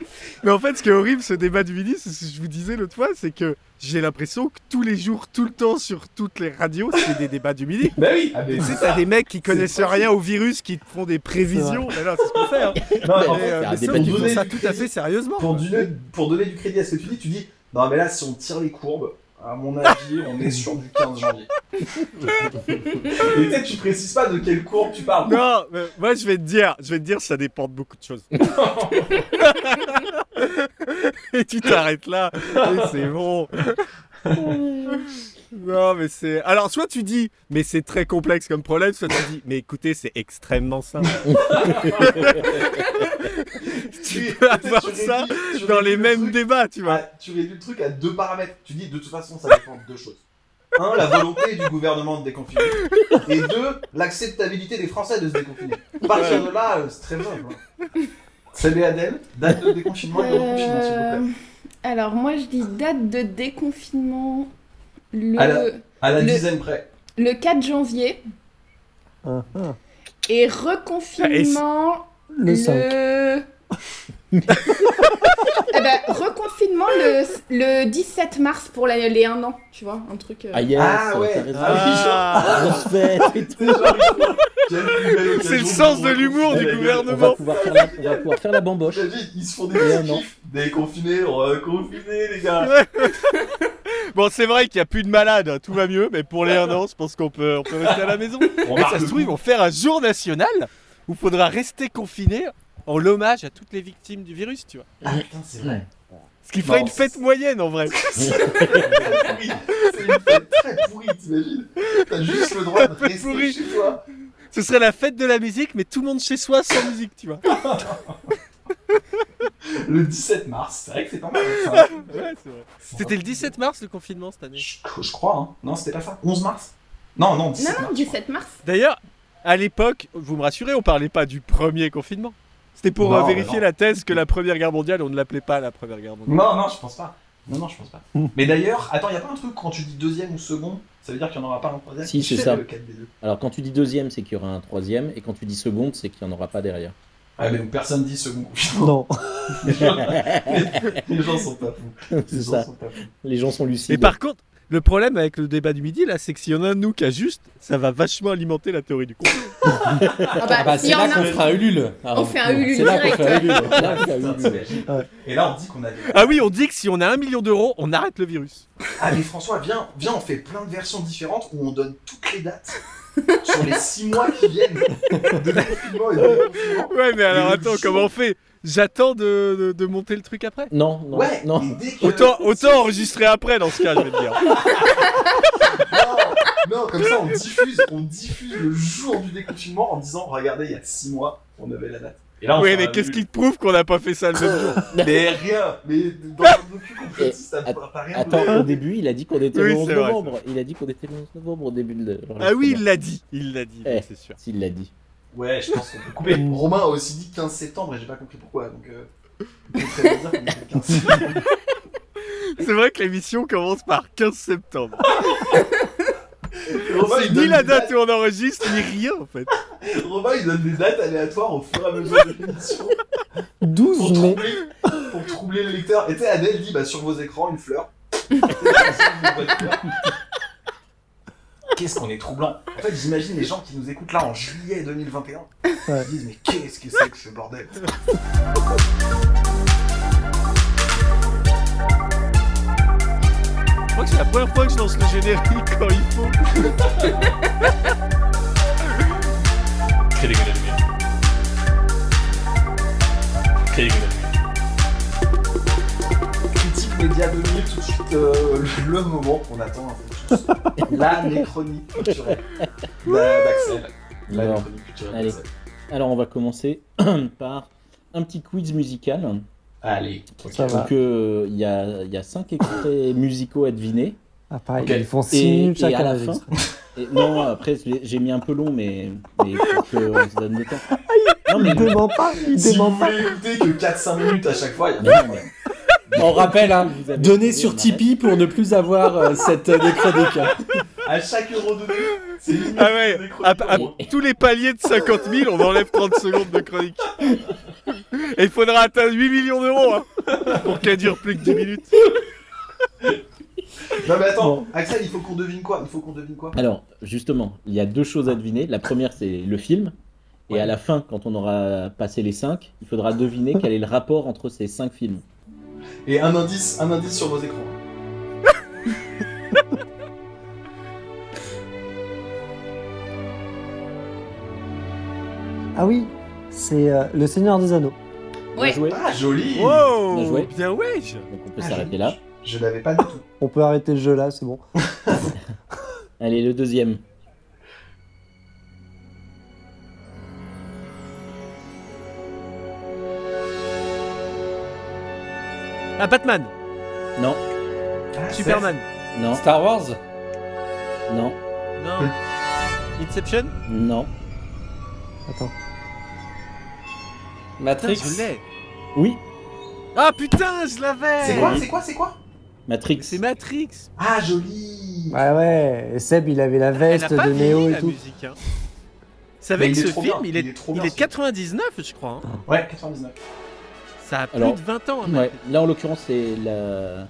Mais en fait, ce qui est horrible, ce débat du midi, c'est ce que je vous disais l'autre fois, c'est que j'ai l'impression que tous les jours, tout le temps, sur toutes les radios, c'est des débats du midi.
Bah oui ah, mais-
Tu sais, t'as des mecs qui connaissent rien au virus, qui te font des prévisions. Non, non, c'est ce qu'on fait, hein.
Non,
Mais,
en fait,
euh,
c'est un
mais ça,
débat
on
du
prend
midi.
ça tout à fait sérieusement.
pour, donner, pour donner du crédit à ce que tu dis, tu dis Non, mais là, si on tire les courbes, à mon avis, on est sur du 15 janvier. Et peut-être tu précises pas de quelle courbe tu parles.
Non, mais moi je vais te dire, je vais te dire, ça dépend de beaucoup de choses. et tu t'arrêtes là, et c'est bon. non, mais c'est. Alors, soit tu dis, mais c'est très complexe comme problème, soit tu dis, mais écoutez, c'est extrêmement simple. tu peux avoir
Tu
ça
réduis- tu
dans
réduis
les
le
mêmes
truc
débats, tu vois.
à- tu réduis le truc à deux paramètres. Tu dis de toute façon, ça dépend de deux choses. Un, la volonté du gouvernement de déconfiner. Et deux, l'acceptabilité des Français de se déconfiner. À partir de là, euh, c'est très bien. quoi. Salut Adèle, date de déconfinement et de reconfinement, s'il vous plaît.
Euh, alors moi je dis date de déconfinement le,
À la- À la
Le-
dizaine près.
le 4 janvier
Ah, ah.
et reconfinement
Le 5.
Le... Eh ben, reconfinement le, le 17 mars pour la- les 1 an, tu vois, un truc. euh.
Ah yes,
Ah ouais.
t'as raison.
Ah,
Grosse fête et tout.
C'est genre, ils sont- quelle plus belle occasion
C'est le sens
pour
de l'humour du
reconfiner la gueule.
On va
gouvernement.
pouvoir faire la, on va pouvoir faire la bamboche.
Je te dis, Ils se font des
Et un
petits
an.
kiffs. Déconfinés, reconfinés, les gars.
Bon, c'est vrai qu'il n'y a plus de malades, hein, tout va mieux, mais pour les 1 an, je pense qu'on peut, on peut rester à la maison.
On
Mais
marque
ça se
le
trouve, ils
coup.
vont faire un jour national où faudra rester confiné en l'hommage à toutes les victimes du virus, tu vois.
Ah, putain, c'est vrai.
Ce qui ferait
Non,
une fête moyenne en vrai.
pourri. C'est une fête très pourrie, t'imagines T'as juste le droit de
Très
rester
pourrie.
chez toi.
Ce serait la fête de la musique, mais tout le monde chez soi sans musique, tu vois.
Le 17 mars, c'est vrai que c'est pas mal. c'est un truc de-
Ouais, c'est vrai. C'était le 17 mars le confinement cette année.
je, je crois, hein. Non, c'était pas ça. 11 mars Non, non, 17
Non, non,
mars.
17 mars.
D'ailleurs, à l'époque, vous me rassurez, on parlait pas du premier confinement. C'était pour
Non,
euh,
mais
vérifier
non.
la thèse que la Première Guerre mondiale, on ne l'appelait pas la Première Guerre mondiale.
Non, non, je pense pas. Non, non, je pense pas. Mais d'ailleurs, attends, il a pas un truc quand tu dis deuxième ou second, ça veut dire qu'il n'y en aura pas un troisième
Si,
Je
c'est
fais
ça.
le 4B2.
Alors quand tu dis deuxième, c'est qu'il y aura un troisième, et quand tu dis seconde, c'est qu'il n'y en aura pas derrière.
Ah, mais personne dit second confinement.
Non.
Les gens- les gens sont pas fous.
c'est
Les
ça.
gens sont pas fous.
Les gens sont lucides.
Et par contre, le problème avec le débat du midi, là, c'est que s'il y en a un de nous qui a juste, ça va vachement alimenter la théorie du complot.
Ah
Ah bah,
s'il y
c'est
en a
là
un
qu'on fera un Ulule. Ah,
On fait un
non,
Ulule
C'est là qu'on
direct.
fait un Ulule. Là, on fait un
Putain,
Ulule.
t'imagines Et là, on dit qu'on a des.
Ah oui, on dit que si on a un million d'euros, on arrête le virus.
Ah, mais François, viens, viens, on fait plein de versions différentes où on donne toutes les dates sur les six mois qui viennent de confinement et de déconfinement.
Ouais, mais alors
Et
attends,
le
comment on fait J'attends de, de- de monter le truc après.
Non, non,
Ouais,
non.
et dès que-
Autant, autant enregistrer après dans ce cas, je vais te dire.
Non, non, comme ça on diffuse, on diffuse le jour du déconfinement en disant regardez, il y a 6 mois, on avait la date. Et là, on
Oui,
fera
mais
un
qu'est-ce
nul.
qui te prouve qu'on n'a pas fait ça le même jour
Mais rien, mais dans le docu complotiste, ça ne fera rien. de-
Attends, au début, il a dit qu'on était
Oui,
le 11
c'est vrai,
novembre. il a dit qu'on était le 11 novembre au début de l'enregistrement.
Ah oui, il l'a dit, il l'a dit,
Eh.
c'est sûr.
S'il l'a dit.
Ouais, je pense qu'on peut couper. Romain a aussi dit 15 septembre et j'ai pas compris pourquoi, donc. Euh... on peut très bien dire qu'on était le 15 septembre.
C'est vrai que l'émission commence par 15 septembre.
Romain,
C'est
il donne
ni la
des
date où on enregistre, ni rien en fait.
dates- Romain, il donne des dates aléatoires au fur et à mesure de l'émission pour
12 mai.
troubler, pour troubler le lecteur. Et tu sais, Adèle dit bah, sur vos écrans, une fleur. Et sur vos écrans, une fleur. Qu'est-ce qu'on est troublant En fait, j'imagine les gens qui nous écoutent là en juillet 2021.
Ouais.
Ils disent mais qu'est-ce que c'est que ce bordel
Je crois que c'est la première fois que je lance le générique quand il faut.
Critique média 2000 tout de suite euh, le, le moment qu'on attend un peu tous. La nécronie culturelle d'a- d'Axel. La
Bon.
nécronie culturelle
Allez.
d'Axel.
Alors, on va commencer par un petit quiz musical.
Allez. ok.
Ça va.
Donc, euh, il y, a, il y a cinq extraits musicaux à deviner.
Ah, pareil,
Ok.
ils font 6
Et,
minutes
et à
chacun.
la
avec
fin.
ça.
et- non, après, j'ai- j'ai mis un peu long, mais, mais pour qu'on se donne le temps. Non, mais.
Il dément pas, il
Si vous
dément pas.
voulez écouter que 4-5 minutes à chaque fois, il y a
mais
pas de
non,
problème.
mais-
On rappelle, hein,
Vous avez
donnez
trouvé, on
sur
arrête.
Tipeee pour ne plus avoir euh, cette euh, nécronique.
À chaque euro donné, c'est une
Ah ouais,
nécronie
à,
pour
à
moi.
tous les paliers de 50 000, on enlève 30 secondes de chronique. Et il faudra atteindre 8 millions d'euros hein, pour qu'elle dure plus que 10 minutes.
Non mais attends,
Bon.
Axel, il faut qu'on devine quoi Il faut qu'on devine quoi
Alors, justement, il y a deux
Ah.
choses à deviner. La première, c'est le film. Et à la fin, quand on aura passé les cinq, il faudra deviner quel est le rapport entre ces cinq films.
Et un indice, un indice sur vos écrans.
Ah oui, c'est euh, Le Seigneur des Anneaux.
Bien
Ouais.
joué.
Ah joli
Bien
Wow
joué.
Bien wesh
Donc on peut
Ah,
s'arrêter
joli.
là.
Je l'avais pas du tout.
On peut arrêter le jeu là, c'est bon.
Allez, le deuxième.
Ah, Batman
Non,
Ah,
Superman
non,
euh, Star Wars
non,
Non. Inception
non.
Attends.
Putain,
Matrix
je l'ai
Oui,
Ah putain, je l'avais
C'est quoi C'est quoi C'est quoi
Matrix.
C'est Matrix
Ah joli
Bah ouais, et Seb il avait la
Elle a
veste
pas
de
fini,
Néo et
la
tout.
musique, hein. C'est
Mais
avec
il est
ce
trop
film,
bien,
il est,
il est trop
il
bien,
est
ce
99, je crois. hein.
Ouais, 99.
Ça a plus
Alors,
de 20 ans. hein,
Ouais, là en l'occurrence, c'est la.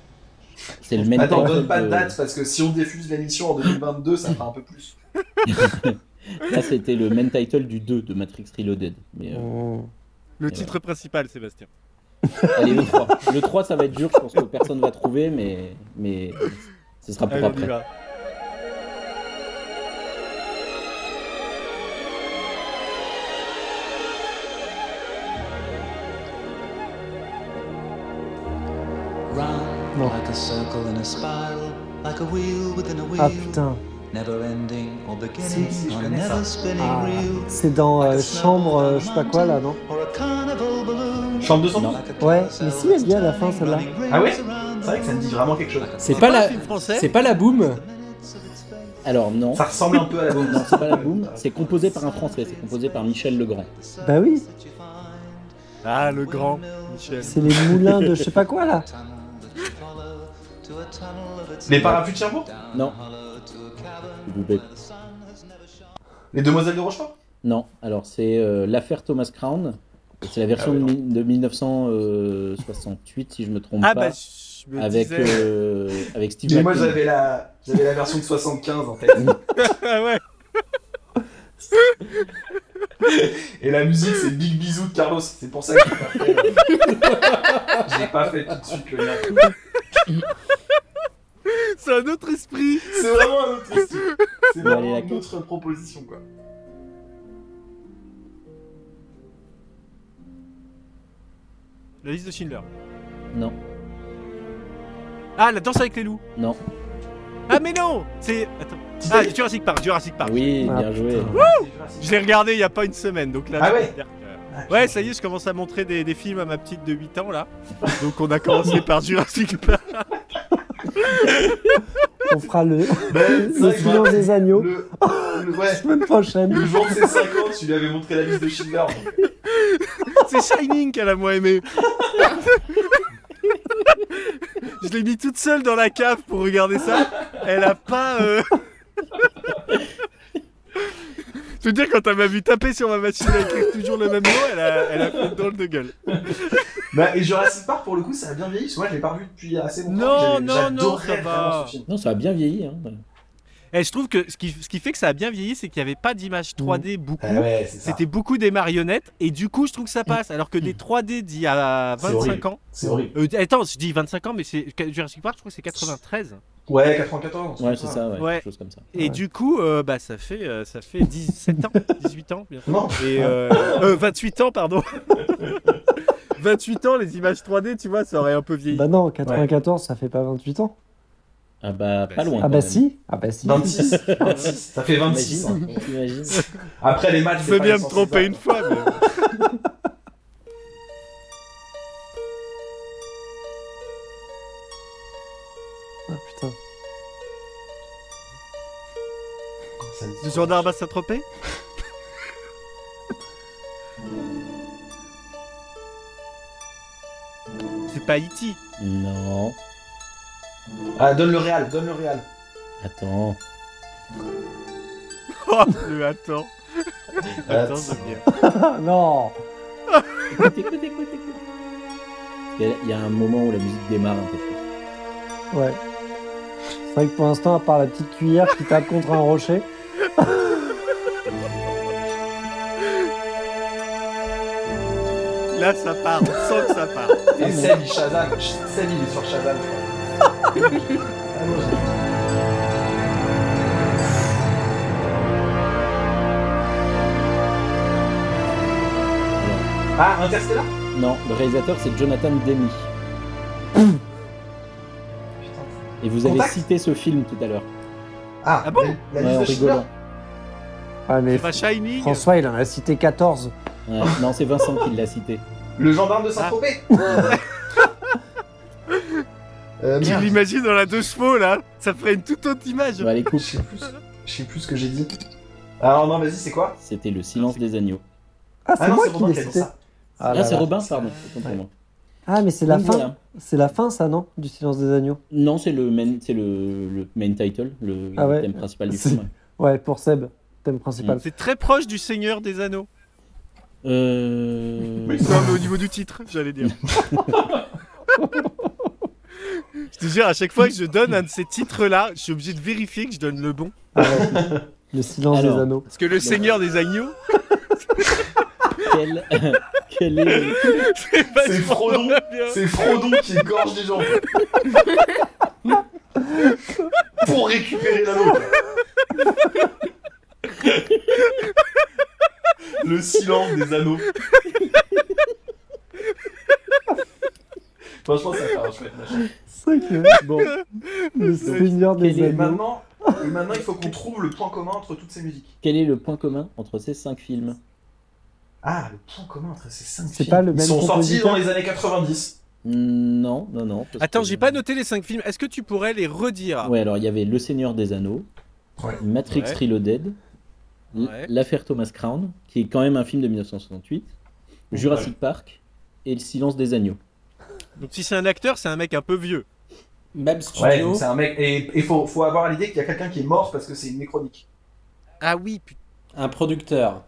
C'est le main
Attends,
title
donne pas de
de-
date parce que si on diffuse l'émission en 2022, ça fera un peu plus.
Là, c'était le main title du 2 de Matrix Reloaded. Mais euh,
Mmh.
Oh. Le
Et
titre principal, Sébastien.
allez, le 3. Le 3, ça va être dur, je pense que personne va trouver, mais, mais ce sera pour
Allez, on y
après.
va.
Round
Non.
like a circle in a spiral, like a wheel within a wheel.
Ah putain,
Never ending or beginning
Si, si, je
on a
connais ça.
never spinning
Ah,
reel.
c'est dans euh,
Like a
chambre,
snowball on
euh,
a
je sais pas quoi là, non
mountain, Or a carnival balloon.
Chambre 200
Non.
Like a
Ouais,
carousel
mais si, elle y est à la
that's
fin, celle-là.
turning, running
Ah ouais
rings around the
C'est vrai que ça me dit
moon.
vraiment quelque chose.
C'est pas,
un
la...
film français.
C'est pas la boom
Alors, non.
Ça ressemble un peu à la bombe.
Non, c'est pas la boum, c'est composé par un Français, c'est composé par Michel Legrand.
Bah oui.
Ah, le grand Michel.
C'est les moulins de je sais pas quoi là.
Les parapluies de Cherbourg
Non. Vous bête.
Les demoiselles de Rochefort
Non, alors c'est euh, l'affaire Thomas Crown. Et C'est la version
Ah ouais,
de mi- de 1968, si je me trompe
Ah, bah,
pas.
je me
avec,
disais-
euh, avec Steve
Mais moi
McQueen.
j'avais la... j'avais la version de 75 en tête.
Ah ouais.
Et la musique c'est Big Bisou de Carlos, c'est pour ça que j'ai pas fait. euh, J'ai pas fait tout de suite le lien.
C'est un autre esprit.
C'est vraiment un autre style. C'est
Bon, allez,
vraiment
la
une autre proposition quoi.
La liste de Schindler.
Non,
Ah, la danse avec les loups.
non.
Ah, mais non C'est. Attends. Ah, Jurassic Park, Jurassic Park.
Oui,
Ah,
bien joué.
Je l'ai regardé il y a pas une semaine, donc là.
Ah
je peux
ouais
te dire que- Ouais, ça y est, je commence à montrer des, des films à ma petite de 8 ans là. Donc on a commencé par Jurassic Park.
On fera le,
Ben, c'est
le
vrai que je me
silence des agneaux
Le... le-
la
Ouais,
semaine prochaine.
le jour de ses 5 ans, tu lui avais montré la liste de Schindler. donc.
C'est Shining qu'elle a moins aimé. je l'ai mis toute seule dans la cave pour regarder ça. Elle a pas. euh, Je veux dire, quand elle m'a vu taper sur ma machine à écrire toujours le même mot, elle a, elle a fait une drôle de gueule.
Bah, et Jurassic Park pour le coup ça a bien vieilli, parce que moi je l'ai pas revu depuis assez longtemps.
Non,
J'avais-
non,
j'adorais
non, ça va.
vraiment ce film.
Non, ça a bien vieilli. Hein.
Et Eh, je trouve que ce qui, ce qui fait que ça a bien vieilli, c'est qu'il n'y avait pas d'image 3D beaucoup.
Ah ouais, c'est ça. Mm.
C'était beaucoup des marionnettes et du coup je trouve que ça passe alors que des 3D d'il y a
C'est
25
horrible.
ans.
C'est horrible.
Euh, attends, je dis 25 ans mais c'est Jurassic Park je crois que c'est 93.
Ouais, 94.
Ouais, c'est ça, ouais,
Ouais.
quelque chose comme ça.
Et
Ouais.
du coup euh, bah ça fait euh, ça fait 17 ans, 18 ans bien sûr.
Non,
Et euh, euh, 28 ans pardon. 28 ans les images 3D tu vois ça aurait un peu vieilli.
Bah non, 94, ça fait pas 28 ans.
Ah bah,
Bah,
pas loin.
Ah
quand
bah
même.
si, ah bah si.
26. 26. Ça fait 26.
T'imagines, t'imagines.
Après les matchs,
je
c'est
veux
pas
bien
les
me tromper une
106
fois mais...
Ah, putain.
Ça me dit-
Le gendarme à Saint-Tropez C'est pas Haïti.
Non,
Ah, donne le Real, donne le Real.
attends.
Oh, le attends. Attends,
Attends.
j'aime bien.
Ah non
Écoute, écoute, écoute, écoute. Il y a- il y a un moment où la musique démarre un peu.
Ouais. C'est vrai que pour l'instant, à part la petite cuillère qui tape contre un rocher,
Là, ça part. On sent que ça part.
Et Seb, il Shazam. Ch- Seb, il est sur Shazam, je crois. Ah non, j'ai- ah, Interstellar
Non, le réalisateur c'est Jonathan Demi.
Putain.
Et vous avez
Contact
cité ce film tout à l'heure.
Ah,
Ah bon
La liste
Ouais, en
de Schindler
rigolant.
ah mais
C'est pas Shining.
François, il en a cité 14.
Ouais, non, c'est Vincent qui l'a cité.
Le gendarme
Ah.
de Saint-Tropez Euh,
Tu
merde,
l'imagines dans la deux chevaux là Ça ferait une toute autre image.
Bon, allez,
je
coupe.
sais plus, je sais plus ce que j'ai dit. Alors Ah, non, vas-y, c'est quoi
C'était le silence des agneaux.
Ah, c'est
Ah non,
moi
c'est
qui
Robin
l'ai
qui a dit
cité.
ça.
Ah,
Ah,
là
c'est
là.
Robin, pardon. autant pour
Ouais.
moi.
Ah, mais c'est la
Donc,
fin.
voilà.
C'est la fin, ça, non Du silence des agneaux.
Non, c'est le main, c'est le, le main title, le,
Ah
le
ouais.
thème principal du
C'est-
film.
Ouais, pour Seb, thème principal.
C'est très proche du Seigneur des Anneaux.
Euh...
Non, mais au niveau du titre, j'allais dire. je te jure, à chaque fois que je donne un de ces titres là, je suis obligé de vérifier que je donne le bon.
Ah ouais. Le silence
Alors.
des agneaux.
Parce que le Seigneur des Agneaux,
Quel... quel est...
c'est pas
C'est Frodon. C'est Frodon qui égorge des gens. Pour récupérer l'anneau. Le silence des anneaux. Franchement, ça fait un chouette machin.
C'est que
Bon,
le seigneur des
Quel est
Et
agneaux.
maintenant, et maintenant, il faut qu'on trouve le point commun entre toutes ces musiques.
quel est le point commun entre ces cinq films
Ah, le point commun entre ces cinq
C'est
films.
pas le
Ils
même
sont sortis
compositeur.
dans les années 90.
Mm, Non, non, non. parce
Attends,
que-
j'ai pas noté les cinq films. Est-ce que tu pourrais les redire
Ouais, alors il y avait Le Seigneur des Anneaux,
Ouais.
Matrix
Ouais.
Reloaded, l-
Ouais.
L'affaire Thomas Crown, qui est quand même un film de 1968, Jurassic Park, et Le silence des agneaux.
Donc si c'est un acteur, c'est un mec un peu vieux.
Même
Ouais, donc c'est un mec. Et il faut, faut avoir l'idée qu'il y a quelqu'un qui est mort parce que c'est une nécronique.
Ah oui, putain.
Un producteur.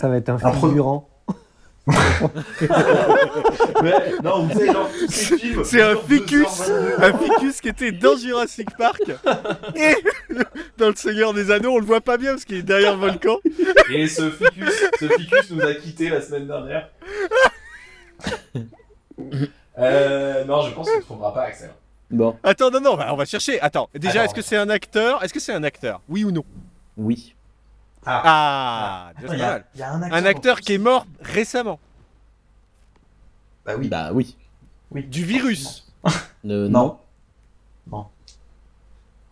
Ça va être un
Un pro-
figurant.
Ouais, non, vous savez, genre, tous ces films,
C'est un
genre, deux
ficus,
heures, vingt-deux heures.
un ficus qui était dans Jurassic Park et dans Le Seigneur des Anneaux. On le voit pas bien parce qu'il est derrière le volcan.
Et ce ficus, ce ficus nous a quittés la semaine dernière. Euh, non, je pense qu'on ne trouvera pas Axel.
Bon,
Attends, non, non, bah, on va chercher. Attends, déjà,
Attends.
est-ce que c'est un acteur Est-ce que c'est un acteur Oui ou non
oui.
Ah, déjà,
Oh, Il
c'est
y,
pas
a,
mal.
il y a un acteur.
Un acteur qui est mort récemment
Bah oui.
Bah oui.
du virus.
Euh,
Non.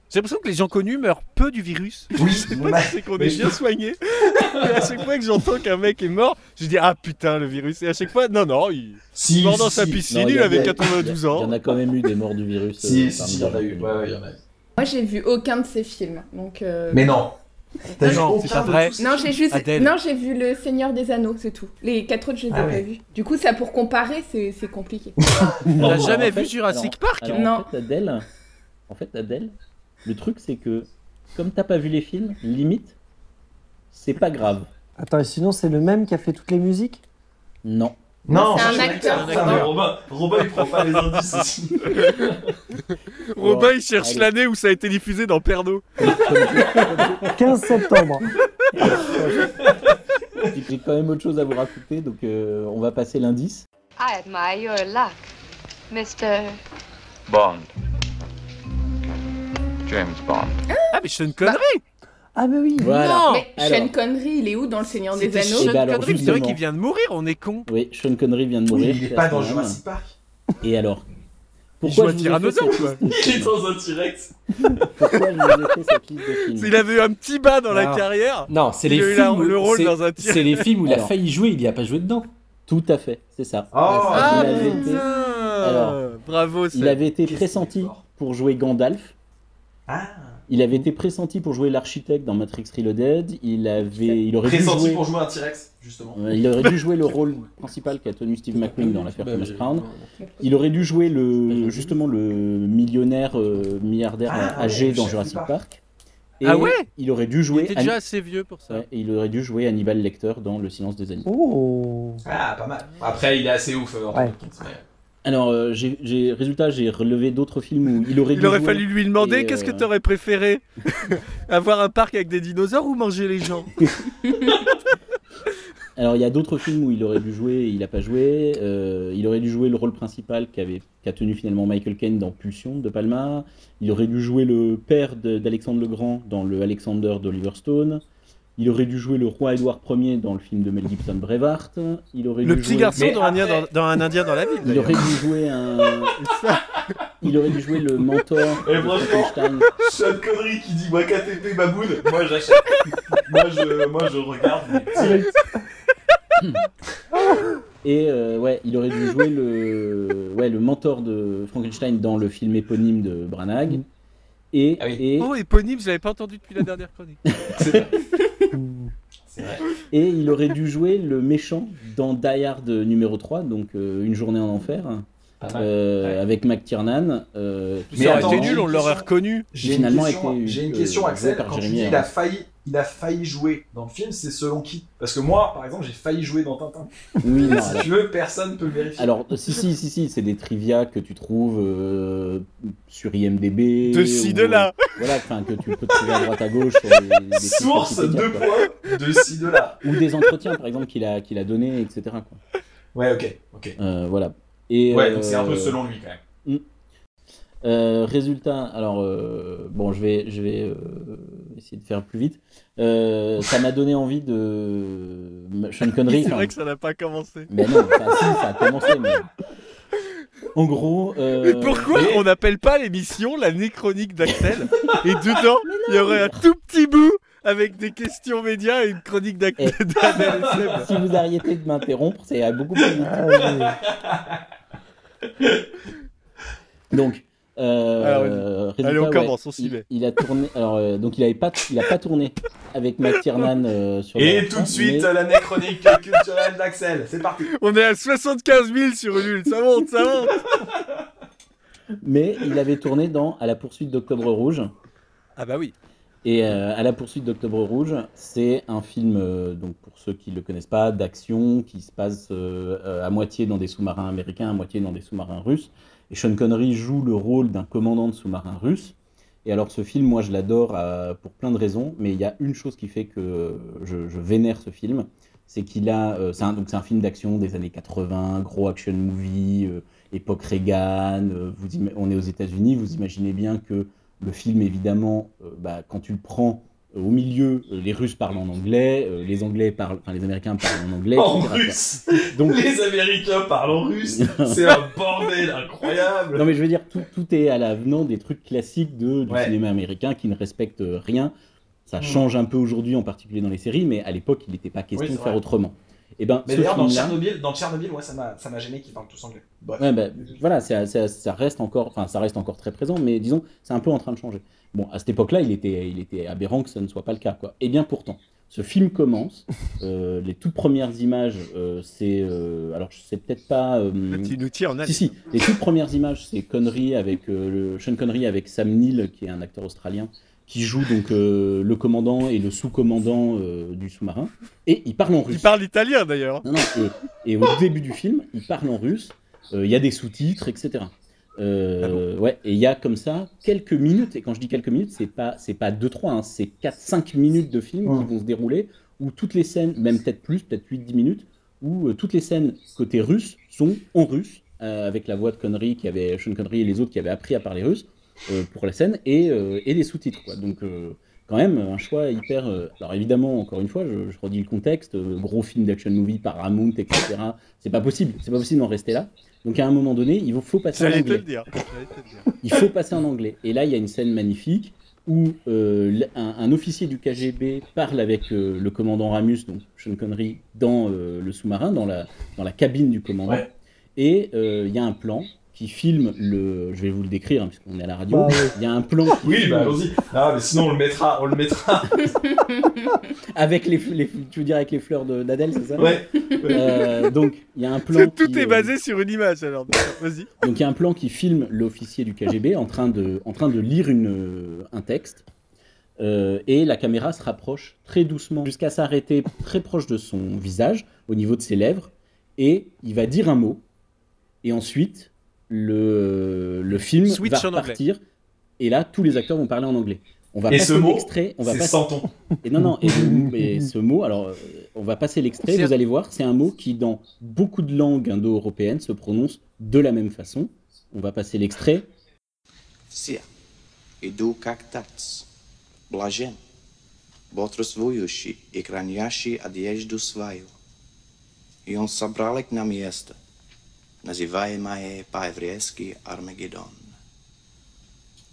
J'ai l'impression que les gens connus meurent peu du virus.
Oui, bah,
C'est qu'on
Mais-
est bien soigné. à chaque fois que j'entends qu'un mec est mort, je dis ah putain le virus. Et à chaque fois, non non, il
si,
est mort dans
si,
sa
si.
Non,
piscine,
il y
il
en a-
avait 92
Il y
ans.
en a quand même eu des morts du virus. euh,
Si, si,
parmi
si, il y
les
en a eu.
inconnus.
Ouais, ouais, il y en a eu.
Moi, j'ai vu aucun de ces films. Donc, euh,
Mais non. T'as vu
Non, c'est
aucun
pas
de
vrai.
tous ces
Non, j'ai juste.
Adèle.
Non, j'ai vu Le Seigneur des Anneaux, c'est tout. Les quatre autres, je les ai
Ah
pas
ouais.
vus. Du coup, ça pour comparer, c'est c'est compliqué.
On n'a
Alors,
jamais
en fait-
vu Jurassic Park.
Alors,
Non.
hein, En fait, Adèle, en fait, Adèle, le truc c'est que comme t'as pas vu les films, limite, c'est pas grave.
Attends, et sinon, c'est le même qui a fait toutes les musiques
Non.
Non,
C'est un
je suis
acteur.
Putain, mais Robin, Robin, il prend pas les indices ici.
Robin il cherche
Allez.
l'année où ça a été diffusé dans Perno.
Comme- comme-
15 septembre
comme- J'ai quand même autre chose à vous raconter, donc euh, on va passer l'indice.
I admire your luck, Mr.
Bond. James Bond.
Ah mais je ne connerie.
Ah, bah oui
Voilà.
Non.
Mais
alors.
Sean Connery, il est où dans Le Seigneur des
C'était
Anneaux
Eh
Sean
ben alors,
Connery, c'est vrai
justement.
qu'il vient de mourir, on est con.
Oui, Sean Connery vient de
Oui,
mourir.
il est
c'est
pas
à ce
dans
moment-là.
Jurassic Park.
Et alors
Il joue
Pourquoi
à
je, vous ai fait
Tyrannosaure
cette
quoi.
liste
Il est
de films
dans un T-Rex.
Pourquoi je vous ai fait cette liste de films
Il avait eu un petit bas dans la
Ah.
carrière.
Non, c'est
Il
les
a eu
films.
la-
où-
le rôle
c'est-
dans un tir.
C'est les films où il a
Alors.
failli jouer, il n'y a pas joué dedans.
Tout à fait, c'est ça.
Oh,
Ah,
Ah
il avait été-
putain
Alors,
Bravo,
Il
c'est.
avait été
Qu'est-ce qu'il est
pressenti
fort.
pour jouer Gandalf.
Ah.
Il avait été pressenti pour jouer l'architecte dans Matrix Reloaded. Il avait, il aurait dû
Pressenti
jouer,
pour jouer un T-Rex, justement.
Euh, il
Bah,
aurait dû jouer le rôle principal qu'a tenu Steve McQueen dans l'affaire Thomas Crown. Il aurait dû jouer le, justement le millionnaire euh, milliardaire
Ah,
âgé
ouais,
dans
je
Jurassic
savais pas.
Park.
Ah ouais
Il aurait dû
Il
jouer.
était
Anni-
déjà assez vieux pour ça.
Ouais, et il aurait dû jouer Hannibal Lecter dans Le Silence des Agneaux.
Oh
Ah, pas mal. Après, il est assez ouf. euh,
Ouais.
Alors, euh, j'ai- j'ai- résultat, j'ai relevé d'autres films où il aurait
Il
dû
aurait
jouer-
fallu lui demander
Et, euh,
qu'est-ce que t'aurais préféré Avoir un parc avec des dinosaures ou manger les gens
Alors il y a d'autres films où il aurait dû jouer, et il n'a pas joué. Euh, il aurait dû jouer le rôle principal qu'avait- qu'a tenu finalement Michael Caine dans Pulsion de Palma. Il aurait dû jouer le père de- d'Alexandre le Grand dans le Alexander d'Oliver Stone. Il aurait dû jouer le roi Édouard Ier dans le film de Mel Gibson Braveheart. Il aurait
Le
dû
petit
jouer-
garçon
Mais
dans un,
après-
dans- dans un indien dans la ville.
Il
d'ailleurs.
aurait dû jouer un. il aurait dû jouer le mentor
Et
de
franchement-
Frankenstein.
Sean Connery qui dit moi KTP Baboun, moi j'achète. moi, je, moi je regarde. mais-
Et euh, ouais, il aurait dû jouer le, ouais, le mentor de Frankenstein dans le film éponyme de Branagh. Et,
Mm. Ah oui.
et,
Oh, éponyme, je l'avais pas entendu depuis la dernière chronique.
C'est vrai.
et il aurait dû jouer le méchant dans Die Hard numéro 3, donc euh, Une journée en enfer,
Pas mal.
euh, avec McTiernan. euh, qui
Mais
ça
attends,
aurait été
j'ai
nul, on
une
l'aurait
question.
reconnu.
J'ai une
Finalement,
question,
été,
j'ai une
euh,
question
joué
Axel.
par
Quand tu
Jeremy
dis il a
Irons.
failli, il a failli jouer dans le film, c'est selon qui Parce que moi, par exemple, j'ai failli jouer dans Tintin.
Oui, non,
si
alors-
tu veux, personne peut le vérifier.
alors, si, si, si, si, c'est des trivia que tu trouves euh, sur IMDB.
De ci,
ou-
de là.
Voilà, enfin, que tu peux trouver à droite à gauche. sur les- les sites
Source
Wikipédia,
de
quoi.
points de ci de là.
Ou des entretiens, par exemple, qu'il a, qu'il a donné, etc. quoi.
Ouais, ok, ok.
Euh, voilà. Et,
Ouais, donc c'est un peu
euh, hmm.
selon lui quand même.
euh, résultat, alors euh, bon, je vais, je vais euh, essayer de faire plus vite. Euh, ça m'a donné envie de Sean Connery.
C'est
enfin,
vrai que ça n'a pas commencé.
Mais non, enfin, si, ça a commencé. Mais... En gros, euh,
Pourquoi on n'appelle pas l'émission la nécronique d'Axel Et dedans, il y aurait un tout petit bout avec des questions médias et une chronique
Eh.
d'Axel. d'Adèle et Seb.
si vous arrêtez de m'interrompre,
Ah,
c'est beaucoup plus vite.
Ah, oui.
Donc, Euh,
Alors,
euh,
allez, on commence, on s'y
il-
met.
Il, a tourné, alors, euh, donc il avait pas, il a pas tourné avec Matt Tiernan euh, sur
Et
la-
tout de suite,
mais-
l'année chronique culturelle d'Axel. C'est parti.
On est à 75 000 sur Ulule, ça monte, ça monte.
mais il avait tourné dans À la poursuite d'Octobre Rouge.
Ah bah oui.
Et euh, À la poursuite d'Octobre Rouge, c'est un film, euh, donc pour ceux qui ne le connaissent pas, d'action qui se passe euh, euh, à moitié dans des sous-marins américains, à moitié dans des sous-marins russes. Et Sean Connery joue le rôle d'un commandant de sous-marin russe. Et alors ce film, moi je l'adore euh, pour plein de raisons, mais il y a une chose qui fait que euh, je, je vénère ce film, c'est qu'il a, euh, c'est un, donc c'est un film d'action des années 80, gros action movie, euh, époque Reagan. euh, vous ima- on est aux États-Unis, vous imaginez bien que le film, évidemment, euh, bah, quand tu le prends euh, au milieu, euh, les Russes parlent en anglais, euh, les Anglais parlent, enfin les Américains parlent en anglais.
En
etc., quoi.
russe.
Donc-
Les Américains parlent en russe. C'est un bordel incroyable.
Non mais je veux dire, tout, tout est à l'avenant des trucs classiques de, du
Ouais.
cinéma américain qui ne respectent euh, rien. Ça
Mm.
change un peu aujourd'hui, en particulier dans les séries, mais à l'époque, il n'était pas question
c'est
de faire
vrai.
autrement. Et ben,
Mais
ce
d'ailleurs, dans
film-là-
Tchernobyl, dans Tchernobyl, ouais, ça m'a ça m'a gêné qu'ils parlent tous anglais. Bref.
Ouais, bah, voilà, ça, ça- ça reste encore, enfin, ça reste encore très présent, mais disons, c'est un peu en train de changer. Bon, à cette époque-là, il était, il était aberrant que ça ne soit pas le cas, quoi. Et bien pourtant, ce film commence. euh, les toutes premières images, euh, c'est, euh, alors, je sais peut-être pas. euh,
Il Bah, nous tire en
si, si, les toutes premières images, c'est Connery avec euh, le, Sean Connery avec Sam Neill, qui est un acteur australien, qui joue donc euh, le commandant et le sous-commandant euh, du sous-marin. Et il parle en russe.
Il parle italien d'ailleurs.
Non, non, et, et au début du film, il parle en russe, euh, il y a des sous-titres, etc. Euh, ouais, et il y a comme ça quelques minutes, et quand je dis quelques minutes, c'est pas c'est pas 2-3, hein, c'est 4-5 minutes de film qui vont se dérouler, où toutes les scènes, même peut-être plus, peut-être 8-10 minutes, où euh, toutes les scènes côté russe sont en russe, euh, avec la voix de Connery, qui avait, Sean Connery et les autres qui avaient appris à parler russe euh, pour la scène, et, euh, et les sous-titres. quoi. Donc, euh, quand même, un choix hyper. euh, alors, évidemment, encore une fois, je, je redis le contexte euh, gros film d'action movie, Paramount, etc. C'est pas possible, c'est pas possible d'en rester là. Donc, à un moment donné, il faut passer à
J'allais te
l'anglais
le dire. J'allais te le dire.
il faut passer en anglais. Et là, il y a une scène magnifique où euh, l- un, un officier du KGB parle avec euh, le commandant Ramus, donc Sean Connery, dans euh, le sous-marin, dans la, dans la cabine du commandant.
Ouais.
Et euh, il y a un plan qui filme le. Je vais vous le décrire, hein, puisqu'on est à la radio.
Bah,
Ah ouais.
Il y a un plan qui
Oui,
filme
bah allons-y. Ah, mais sinon, on le mettra. On le mettra.
avec les, les- tu veux dire avec les fleurs de- d'Adèle, c'est ça
Ouais.
Euh, donc, il y a un plan.
C'est- Tout
qui,
est
euh,
basé sur une image alors. d'accord, Vas-y.
Donc il y a un plan qui filme l'officier du KGB en train de, en train de lire une, euh, un texte. Euh, et la caméra se rapproche très doucement jusqu'à s'arrêter très proche de son visage, au niveau de ses lèvres. Et il va dire un mot. Et ensuite, le, le film
Switch en
va
anglais.
partir. Et là, tous les acteurs vont parler en anglais. On va
Et
passer
ce mot,
l'extrait. On va
C'est
passer-
sans ton.
et non, non, et, le- et ce mot, alors euh, on va passer l'extrait,
C'est-
vous allez voir, c'est un mot qui dans beaucoup de langues indo-européennes se prononce de la même façon. On va passer l'extrait.
Все иду как тац, блажен, бодрствующий и хранящий одежду свою. И он собрал их на место, называемое по-еврейски Армагеддон.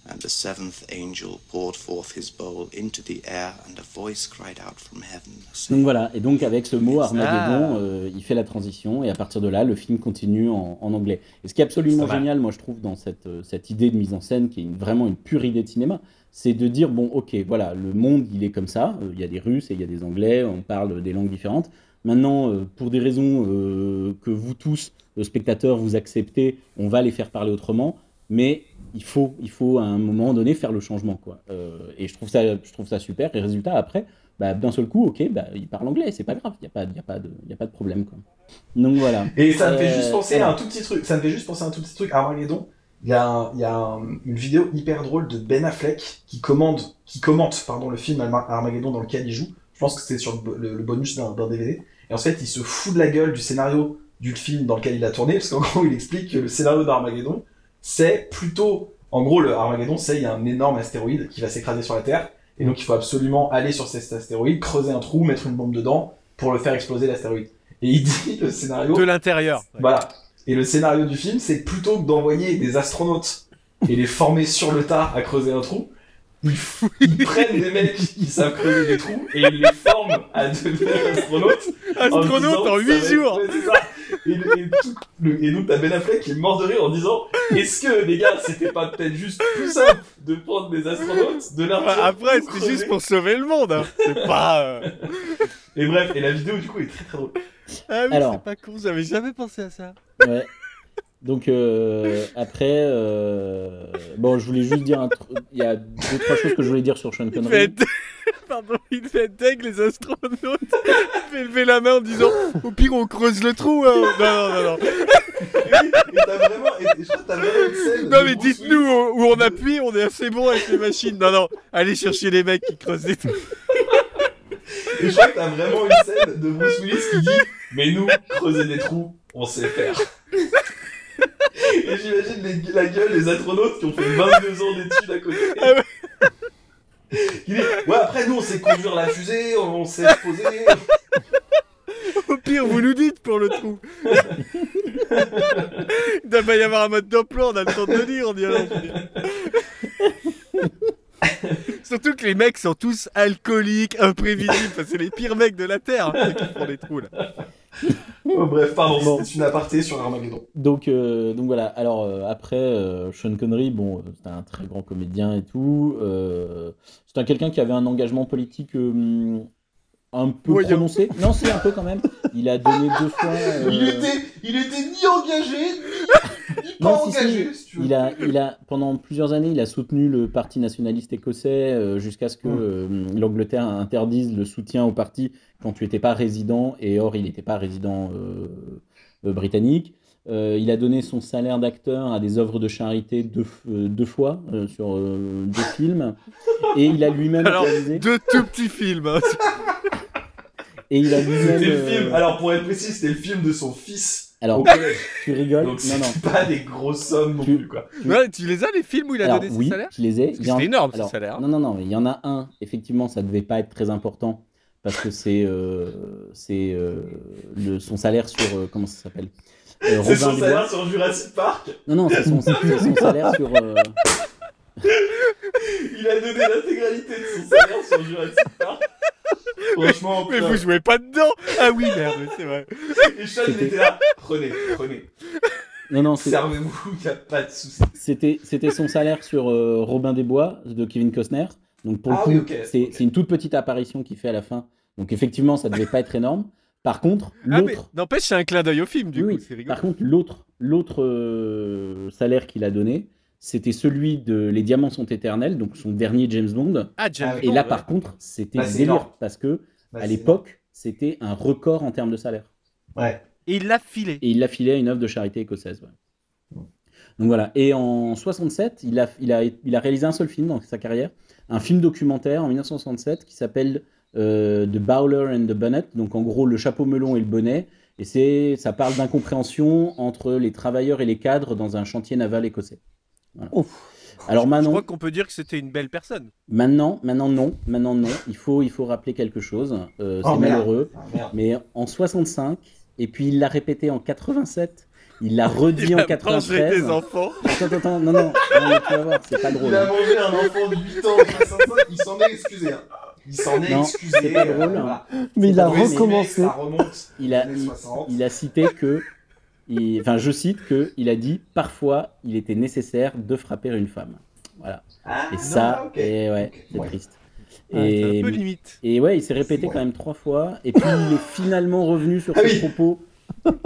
And the seventh angel poured forth his bowl into the air, and a voice cried out from heaven,
Donc voilà, et donc avec ce mot Armageddon,
Ah.
euh, il fait la transition et à partir de là, le film continue en, en anglais. Et ce qui est absolument
Ça va.
génial, moi je trouve, dans cette, euh, cette idée de mise en scène, qui est une- vraiment une pure idée de cinéma, c'est de dire, bon ok, voilà, le monde il est comme ça, Euh, il y a des Russes et il y a des Anglais, on parle des langues différentes. Maintenant, euh, pour des raisons euh, que vous tous, euh, spectateurs, vous acceptez, on va les faire parler autrement, mais il faut, il faut à un moment donné faire le changement. Quoi. Euh, et je trouve, ça, je trouve ça super. Et résultat, après, bah, d'un seul coup, ok, bah, il parle anglais, c'est pas grave, il n'y a, pas- y a, pas de- y a pas de problème. Quoi. Donc voilà.
Et ça me fait
Euh,
juste penser à
voilà.
un tout petit truc. Ça me fait juste penser à un tout petit truc. Armageddon, il y a, un- il y a un- une vidéo hyper drôle de Ben Affleck qui commande, qui commente, pardon, le film Arma- Armageddon dans lequel il joue. Je pense que c'était sur le, bo- le- le bonus d'un d'un DVD. Et en fait, il se fout de la gueule du scénario du film dans lequel il a tourné, parce qu'en gros, il explique que le scénario d'Armageddon, c'est plutôt, en gros, le Armageddon, c'est il y a un énorme astéroïde qui va s'écraser sur la Terre, et donc il faut absolument aller sur cet astéroïde, creuser un trou, mettre une bombe dedans pour le faire exploser l'astéroïde. Et il dit le scénario.
De l'intérieur. Ouais.
Voilà. Et le scénario du film, c'est plutôt que d'envoyer des astronautes et les former sur le tas à creuser un trou, ils, f- ils prennent des mecs qui savent creuser des trous et ils les forment à devenir astronautes. en
Astronaute
disant,
en
ça va
8
être-
jours.
ouais, c'est ça. Et, le- et tout le- et donc t'as Ben Affleck qui est mort de rire en disant Est-ce que, les gars, c'était pas peut-être juste plus simple de prendre des astronautes, de leur
Bah,
dire,
après,
vous
c'était
crevez
juste pour sauver le monde. hein. C'est pas. euh,
Et bref, et la vidéo, du coup, est très très drôle.
Ah oui,
Alors.
c'est pas con, j'avais jamais pensé à ça.
Ouais. Donc euh, après, euh, bon, je voulais juste dire un truc. Il y a deux trois choses que je voulais dire sur Sean
Il fait
Connery.
être- Pardon, il fait être deg, les astronautes. Il fait lever la main en disant Au pire, on creuse le trou. hein. Non, non, non, non.
Et t'as vraiment, et, et je crois que t'as vraiment une scène.
Non,
de
mais
Bruce
dites-nous où, où on appuie, on est assez bon avec les machines. Non, non, allez chercher les mecs qui creusent des trous.
Willis- Et je crois que t'as vraiment une scène de Bruce Willis qui dit Mais nous, creuser des trous, on sait faire. Et j'imagine les- la gueule des astronautes qui ont fait 22 ans d'études à côté.
Ah
Qui dit, ouais, après, nous, on sait conduire la fusée, on sait se poser.
Au pire, vous nous dites pour le trou. Il doit pas y avoir un mode d'emploi, on a le temps de le dire en dialogue. Surtout que les mecs sont tous alcooliques, imprévisibles. Enfin, c'est les pires mecs de la Terre hein, qui font des trous là.
Oh, bref, pardon, c'était une aparté sur Armageddon.
Donc, euh, donc voilà. Alors euh, après, euh, Sean Connery, bon, euh, c'est un très grand comédien et tout. Euh, c'est un quelqu'un qui avait un engagement politique euh, hum, un peu
Moyen.
prononcé. Non, c'est un peu quand même. Il a donné deux fois. euh,
Il, était, il était ni engagé, ni, ni pas
Non, si, si,
engagé, si tu veux.
il a, il a, pendant plusieurs années, il a soutenu le parti nationaliste écossais euh, jusqu'à ce que
Hmm.
euh, l'Angleterre interdise le soutien au parti quand tu n'étais pas résident, et or il n'était pas résident euh, euh, britannique. Euh, il a donné son salaire d'acteur à des œuvres de charité deux, f- euh, deux fois euh, sur euh, deux films, et il a lui-même
Alors,
réalisé.
deux tout petits films. hein.
Et il a lui-même.
C'était le
euh,
film, Ah, alors pour être précis, c'était le film de son fils.
Alors,
au collège.
tu rigoles
Donc
Non, non.
c'est pas des grosses sommes non plus, quoi.
Ouais, tu les as les films où il a
Alors,
donné
oui,
ses salaires
je les ai.
Parce que
Il y en-
c'est énorme,
alors,
ces salaires. hein.
Non, non, non, mais il y en a un, effectivement, ça devait pas être très important parce que c'est euh, c'est euh, le- son salaire sur. euh, comment ça s'appelle Euh, Robin
C'est son
des
salaire
Bois.
sur Jurassic Park.
Non, non, c'est son, c'est son salaire sur. euh,
Il a donné l'intégralité de son salaire sur Jurassic Park. Franchement,
Mais
putain.
vous jouez pas dedans Ah oui, merde, oui, c'est vrai.
Et Sean il était là. Prenez, prenez.
Non, non, c'est-
Servez-vous, il a pas de soucis.
c'était c'était son salaire sur euh, Robin des Bois de Kevin Costner. Donc pour le
Ah
coup,
oui, ok,
c'est c'est une toute petite apparition qu'il fait à la fin. Donc effectivement, ça devait pas être énorme. Par contre,
Ah, mais
l'autre.
n'empêche, c'est un clin d'œil au film, du
Oui,
coup, c'est
oui.
rigolo.
Par contre, l'autre, l'autre euh, salaire qu'il a donné, c'était celui de Les Diamants sont éternels, donc son dernier James Bond.
Ah, James
Et
Bond,
là,
ouais.
par contre, c'était
Bah,
le
c'est
délire,
énorme.
parce que
Bah,
à
c'est
l'époque, c'était un record en termes de salaire.
Ouais.
Et il l'a filé.
Et il l'a filé à une œuvre de charité écossaise. ouais. Donc voilà. Et en 67, il a, il, a, il a réalisé un seul film dans sa carrière, un film documentaire en 1967 qui s'appelle euh, The Bowler and the Bonnet. Donc en gros, le chapeau melon et le bonnet. Et c'est, ça parle d'incompréhension entre les travailleurs et les cadres dans un chantier naval écossais. Voilà. Alors
Je
maintenant,
crois qu'on peut dire que c'était une belle personne.
Maintenant, maintenant non, maintenant non. Il faut, il faut rappeler quelque chose. Euh,
Oh, merde.
c'est malheureux.
Ah, merde.
mais en 65, et puis il l'a répété en 87, il l'a redit
Il
en
a
93.
mangé des enfants.
Attends, attends, attends, non, non, non, mais tu vas voir, c'est pas drôle. hein.
Il a mangé un enfant de 8 ans, 65, il s'en est excusé. hein. Il s'en est
Non,
excusé.
c'est pas
euh,
drôle. hein.
voilà.
Mais il a
Oui, mais
recommencé.
Ça remonte.
Il a,
aux années
il,
60.
il a cité que, il- enfin, je cite que il a dit parfois il était nécessaire de frapper une femme. Voilà.
Ah,
et
non,
ça,
ah, ok.
et ouais, c'est triste.
Ouais,
et,
c'est Ah, un peu limite.
Et ouais, il s'est répété quand même trois fois. Et puis il est finalement revenu
Ah
sur ses propos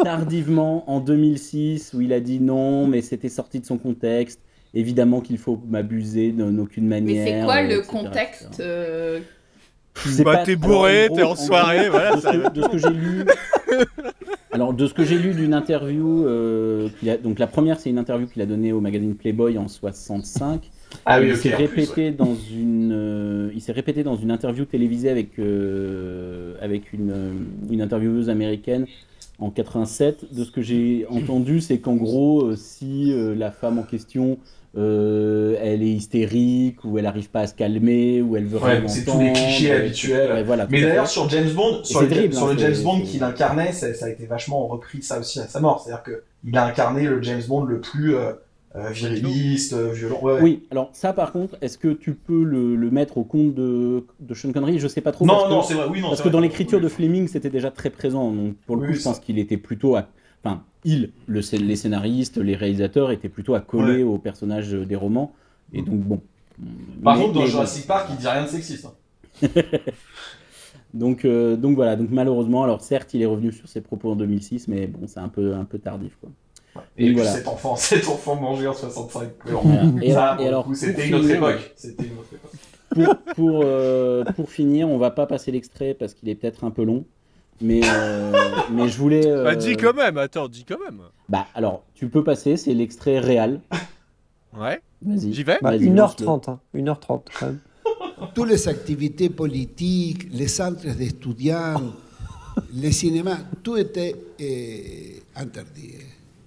tardivement en 2006 où il a dit non, mais c'était sorti de son contexte. Évidemment qu'il faut m'abuser d'en aucune manière.
Mais c'est quoi
euh,
le
etc., etc.
contexte euh,
C'est
Bah,
pas-
t'es
alors,
bourré,
gros,
t'es en
gros,
soirée, voilà,
De ce
ça
que,
va.
de ce que j'ai lu. Alors, de ce que j'ai lu d'une interview, euh, qu'il a- donc la première, c'est une interview qu'il a donnée au magazine Playboy en 65.
Ah
Et
oui,
il
ok,
s'est
en plus,
répété dans une, euh, il s'est répété dans une interview télévisée avec euh, avec une, euh, une intervieweuse américaine en 87. De ce que j'ai entendu, c'est qu'en gros, euh, si euh, la femme en question euh, elle est hystérique ou elle arrive pas à se calmer ou elle veut
Ouais,
rien
c'est tous les
entendre,
clichés
euh,
habituels.
ouais, voilà,
mais
tout à
d'ailleurs,
fait.
sur James Bond,
Et
sur
c'est
le,
terrible,
sur
hein,
le
c'est-
James Bond
c'est-
qu'il incarnait, ça, ça a été vachement repris ça aussi à sa mort. C'est-à-dire que il a incarné le James Bond le plus euh, euh, viriliste, euh, violent. Ouais, ouais.
Oui, alors ça par contre, est-ce que tu peux le, le mettre au compte de, de Sean Connery Je sais pas trop.
Non,
parce que-
non, c'est vrai, oui, non,
Parce
c'est
que
vrai.
dans l'écriture de Fleming, c'était déjà très présent. Donc pour le
Oui,
coup,
oui,
je pense qu'il était plutôt à, enfin, il, le scén- les scénaristes, les réalisateurs étaient plutôt à coller aux personnages des romans. Et
Mm.
donc, bon.
Par
Mais-
contre, dans
mais-
Jurassic Park, il dit rien de sexiste. hein.
donc, euh, donc voilà, donc malheureusement, alors certes, il est revenu sur ses propos en 2006, mais bon, c'est un peu, un peu tardif. Quoi.
Et
Donc
puis
voilà.
cet enfant, cet enfant mangé en 65. quoi.
Voilà. Et
Ça,
alors-
pour
et
le
alors,
coup, c'était
pour
une autre
finir-
époque. C'était une autre époque.
Pour, pour, euh, pour finir, on va pas passer l'extrait parce qu'il est peut-être un peu long, mais, euh, mais je voulais. euh,
Bah, dis quand même, attends, dis quand même.
Bah alors, tu peux passer, c'est l'extrait réel.
Ouais.
Vas-y.
J'y vais
Bah,
Vas-y,
1h30, hein, 1h30 quand même.
Toutes les activités politiques, les centres d'étudiants, les cinémas, tout était euh, interdit.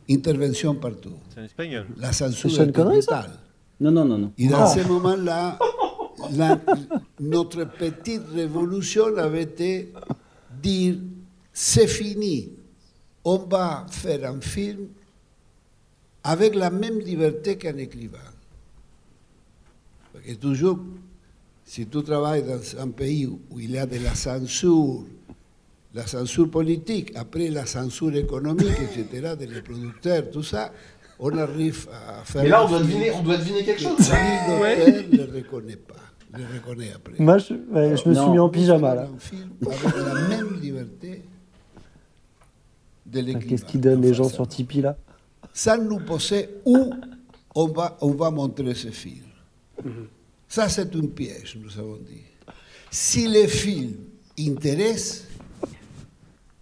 eh. Intervention partout.
C'est en espagnol.
La censure
C'est une
était
connerie, ça Ah.
brutale.
Non, non, non, non.
Et dans
Non.
ces moments-là, la- notre petite révolution avait été dire c'est fini, on va faire un film avec la même liberté qu'un écrivain. Parce que toujours, si tu travailles dans un pays où il y a de la censure, la censure politique, après la censure économique, etc., des producteurs, tout ça, on arrive à faire.
Mais là, on
un
doit
film
deviner- on doit deviner quelque
que
chose, là.
ni le
Ouais.
père ne reconnaît pas, ne reconnaît après.
Moi, je, ouais, je me suis mis en pyjama là.
Un film avec la même liberté de
Ah,
l'écrivain.
Qu'est-ce qu'ils donnent les gens sur Tipeee là
sans nous poser où on va, on va montrer ce film. Ça, c'est un piège, nous avons dit. Si les films intéressent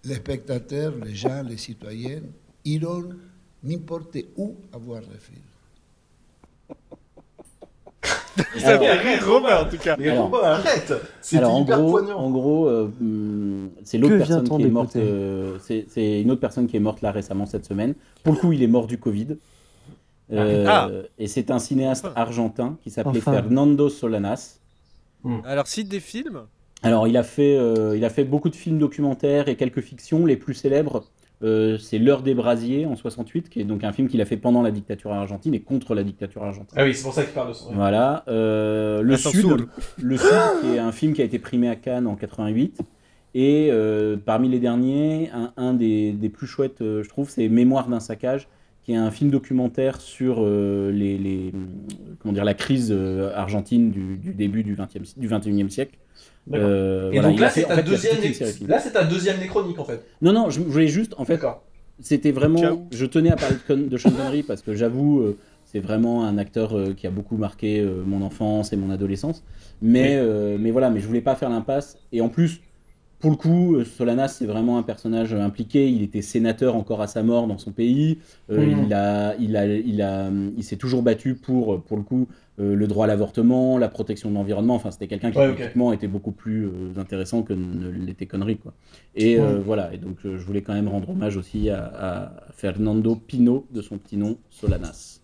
les spectateurs, les gens, les citoyens, iront n'importe où à voir le film.
Ça fait rire Romain en tout cas.
Alors- Alors, en gros, En gros, euh, hum, c'est l'autre
Que
personne
vient-on
qui est morte.
d'écouter
euh, c'est c'est une autre personne qui est morte là récemment cette semaine. Pour le coup, il est mort du Covid. Euh,
Ah.
Et c'est un cinéaste argentin qui s'appelait
Enfin.
Fernando Solanas.
Alors, cite des films.
Alors, il a fait, euh, il a fait beaucoup de films documentaires et quelques fictions. Les plus célèbres, euh, c'est L'heure des brasiers en 68, qui est donc un film qu'il a fait pendant la dictature argentine et contre la dictature argentine.
Ah oui, c'est pour ça qu'il parle de son.
Voilà. euh, le
La
Sud,
censure.
le Sud, qui est un film qui a été primé à Cannes en 88. Et euh, parmi les derniers, un, un des, des plus chouettes, euh, je trouve, c'est Mémoire d'un saccage, qui est un film documentaire sur euh, les, les- comment dire, la crise euh, argentine du, du début du, 20e, du 21e siècle.
D'accord.
Euh,
Et
voilà,
donc
il a
là,
fait-
c'est
en
ta
fait, il a
deuxième.
fait toute une série de films.
Là, c'est ta deuxième néchronique en fait.
Non, non, je je voulais juste, en fait, c'était vraiment.
Ciao.
Je tenais à parler de, Con- de Sean Connery parce que j'avoue, euh, c'est vraiment un acteur euh, qui a beaucoup marqué euh, mon enfance et mon adolescence. Mais, euh, mais voilà, mais je voulais pas faire l'impasse. Et en plus, pour le coup, euh, Solanas, c'est vraiment un personnage euh, impliqué. Il était sénateur encore à sa mort dans son pays. Euh,
Mhm.
Il a, il a, il a, il s'est toujours battu pour, pour le coup, euh, le droit à l'avortement, la protection de l'environnement. Enfin, c'était quelqu'un qui
Ouais, ok.
politiquement était beaucoup plus euh, intéressant que ne l'était Connery, quoi. Et euh,
Ouais.
voilà. Et donc, euh, je voulais quand même rendre hommage aussi à, à Fernando Pino de son petit nom Solanas.